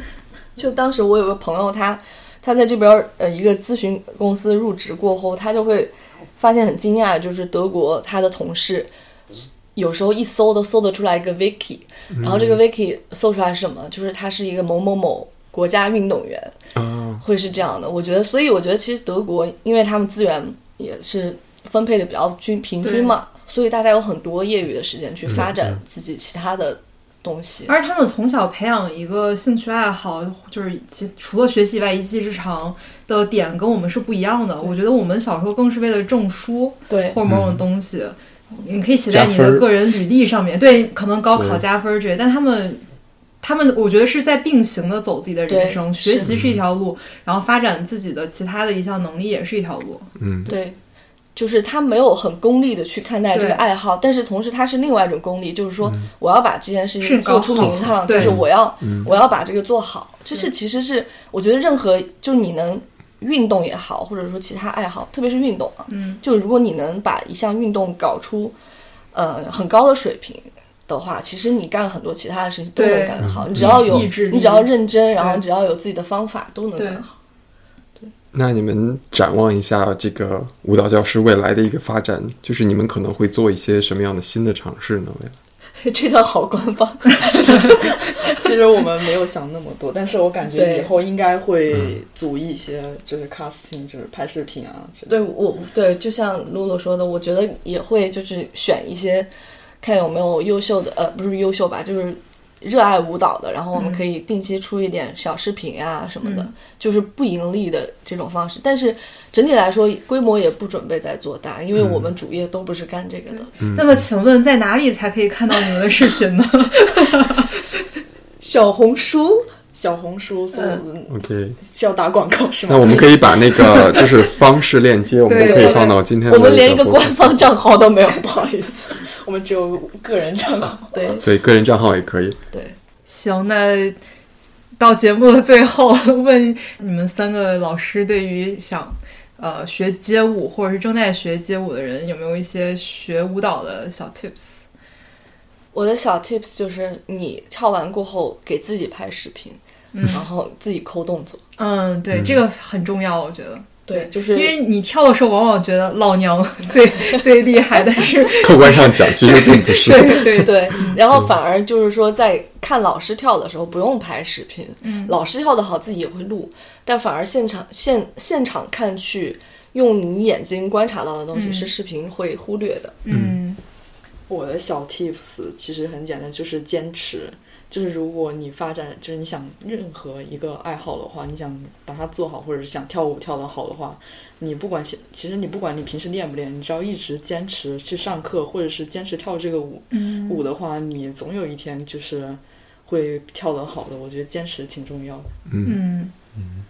就当时我有个朋友他，他在这边儿呃一个咨询公司入职过后，他就会发现很惊讶，就是德国他的同事有时候一搜都搜得出来一个 Vicky，然后这
嗯
个 Vicky 搜出来是什么？就是他是一个某某某国家运动员，
啊，
会是这样的。我觉得，所以我觉得其实德国，因为他们资源也是分配的比较均平均嘛，所以大家有很多业余的时间去发展自己其他的东西。
而他们从小培养一个兴趣爱好，就是其除了学习以外一技之长的点跟我们是不一样的。我觉得我们小时候更是为了证书
对
或者某种东西，你可以写在你
嗯加分
的
儿
个人履历上面，对，可能高考
对
加分儿之类。但他们，他们我觉得是在并行的走自己的人
对
生，
是
学习是一条路，然后发展自己的其他的一项能力也是一条路。
嗯，
对，就是他没有很功利的去看待这
对嗯
个爱好，但是同时他是另外一种功利，就是说我要把这件事
是
情
搞
做出名堂，
对
就是我要
嗯
我要把这个做好。这是其实是我觉得任何就是你能运动也好，或者说其他爱好，特别是运动啊，
嗯，
就如果你能把一项运动搞出呃很高的水平。的话，其实你干很多其他的事情都能
对嗯
干得好，你只要有
意志力
你只要认真，然后
对
只要有自己的方法，都能干
对
好。 <laughs>
那你们展望一下这个舞蹈教师未来的一个发展，就是你们可能会做一些什么样的新的尝试呢？未来
这段好官方，
其实我们没有想那么多，但是我感觉
对
以后应该会
嗯
组一些，就是 casting，就是拍视频啊之类的。
对我对，就像露露说的，我觉得也会就是选一些，看有没有优秀的，呃，不是优秀吧，就是热爱舞蹈的，然后我们
嗯
可以定期出一点小视频啊什么的，
嗯
就是不盈利的这种方式。但是整体来说，规模也不准备再做大，因为我们主业都不是干这个的。
嗯
那么请问在哪里才可以看到你们的视频呢？ <laughs>
小红书，嗯
小红书搜、嗯
，OK，
啊
是要打广告是吗？
那我们可以把那个 <laughs> 就是方式链接，我们都可以放到今天的
我们连一个
播
官
客
方账号都没有。
<laughs> 不好意思，我们只有个人账号。
对
对个人账号也可以。
对，
行，那到节目的最后， <laughs> 问你们三个老师对于想呃学街舞或者是正在学街舞的人，有没有一些学舞蹈的小 tips？
我的小 tips 就是，你跳完过后给自己拍视频，
嗯
然后自己抠动作。
嗯，对，这个很重要，我觉得。
对，就
因
是
为你跳的时候，往往觉得老娘最 <laughs> 最厉害，但是
客观上讲，其实并不是。
<laughs> 对对，
对，然后反而就是说，在看老师跳的时候不用拍视频，
嗯
老师跳的好自己也会录，但反而现场现现场看去，用你眼睛观察到的东西
嗯
是视频会忽略的。
嗯
我的小 tips 其实很简单，就是坚持。就是如果你发展，就是你想任何一个爱好的话，你想把它做好，或者是想跳舞跳得好的话，你不管现，其实你不管你平时练不练，你只要一直坚持去上课，或者是坚持跳这个舞，
嗯
舞的话，你总有一天就是会跳得好的。我觉得坚持挺重要的。
嗯，
嗯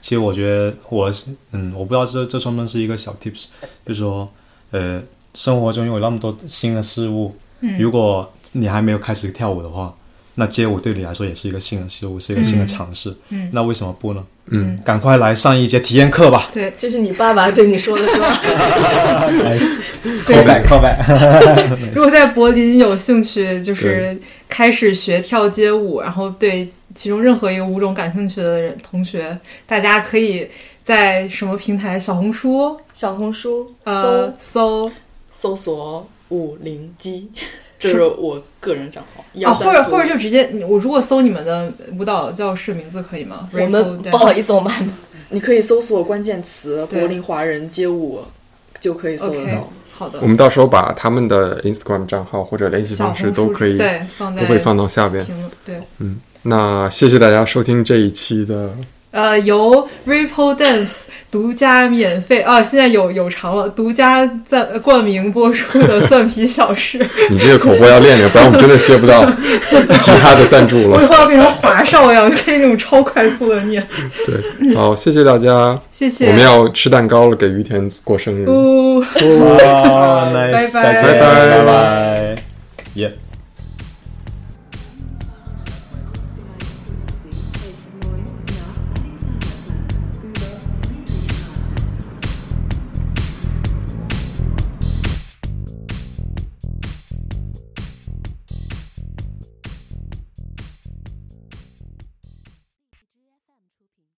其实我觉得我是嗯，我不知道这这算不算是一个小 tips，就是说，呃，生活中有那么多新的事物，如
嗯
果你还没有开始跳舞的话，那街舞对你来说也是一个新的事物，是一个新的
嗯
尝试。
嗯
那为什么不呢？
嗯，
赶快来上一节体验课吧！
对，
这是你爸爸对你说的是吧？
来
<laughs> 对 <laughs>
callback callback，
如果在柏林有兴趣，就是开始学跳街舞，然后对其中任何一个舞种感兴趣的人同学，大家可以在什么平台，小红书
小红书
呃
搜
搜
搜索五零机， <laughs> 这是我个人账号。
啊，
1
或者或者就直接我如果搜你们的舞蹈教室名字可以吗？
我们
Rainbow Dance
不好意思，我们还没
你可以搜索关键词“
对
柏林华人街舞”，就可以搜得
OK，
到。
好的
我，们到时候把他们的 Instagram 账号或者联系
小
方式
红
都
书
可以
对放在
都会放到下边。
评论对。
那谢谢大家收听这一期的，
呃，由 Ripple Dance 独家免费啊，现在有有偿了，独家赞冠名播出的《蒜皮小事》，
你这个口播要练练，不然我们真的接不
<laughs>
到其他的赞助
我以
了。
后要变成华少一样，就是那种超快速的念。
对，好，谢谢大家，
谢谢，
我们要吃蛋糕了，给于田过生日。
呜。
哇 <laughs>
拜
nice，
拜
再
拜
见，
拜
拜拜，耶。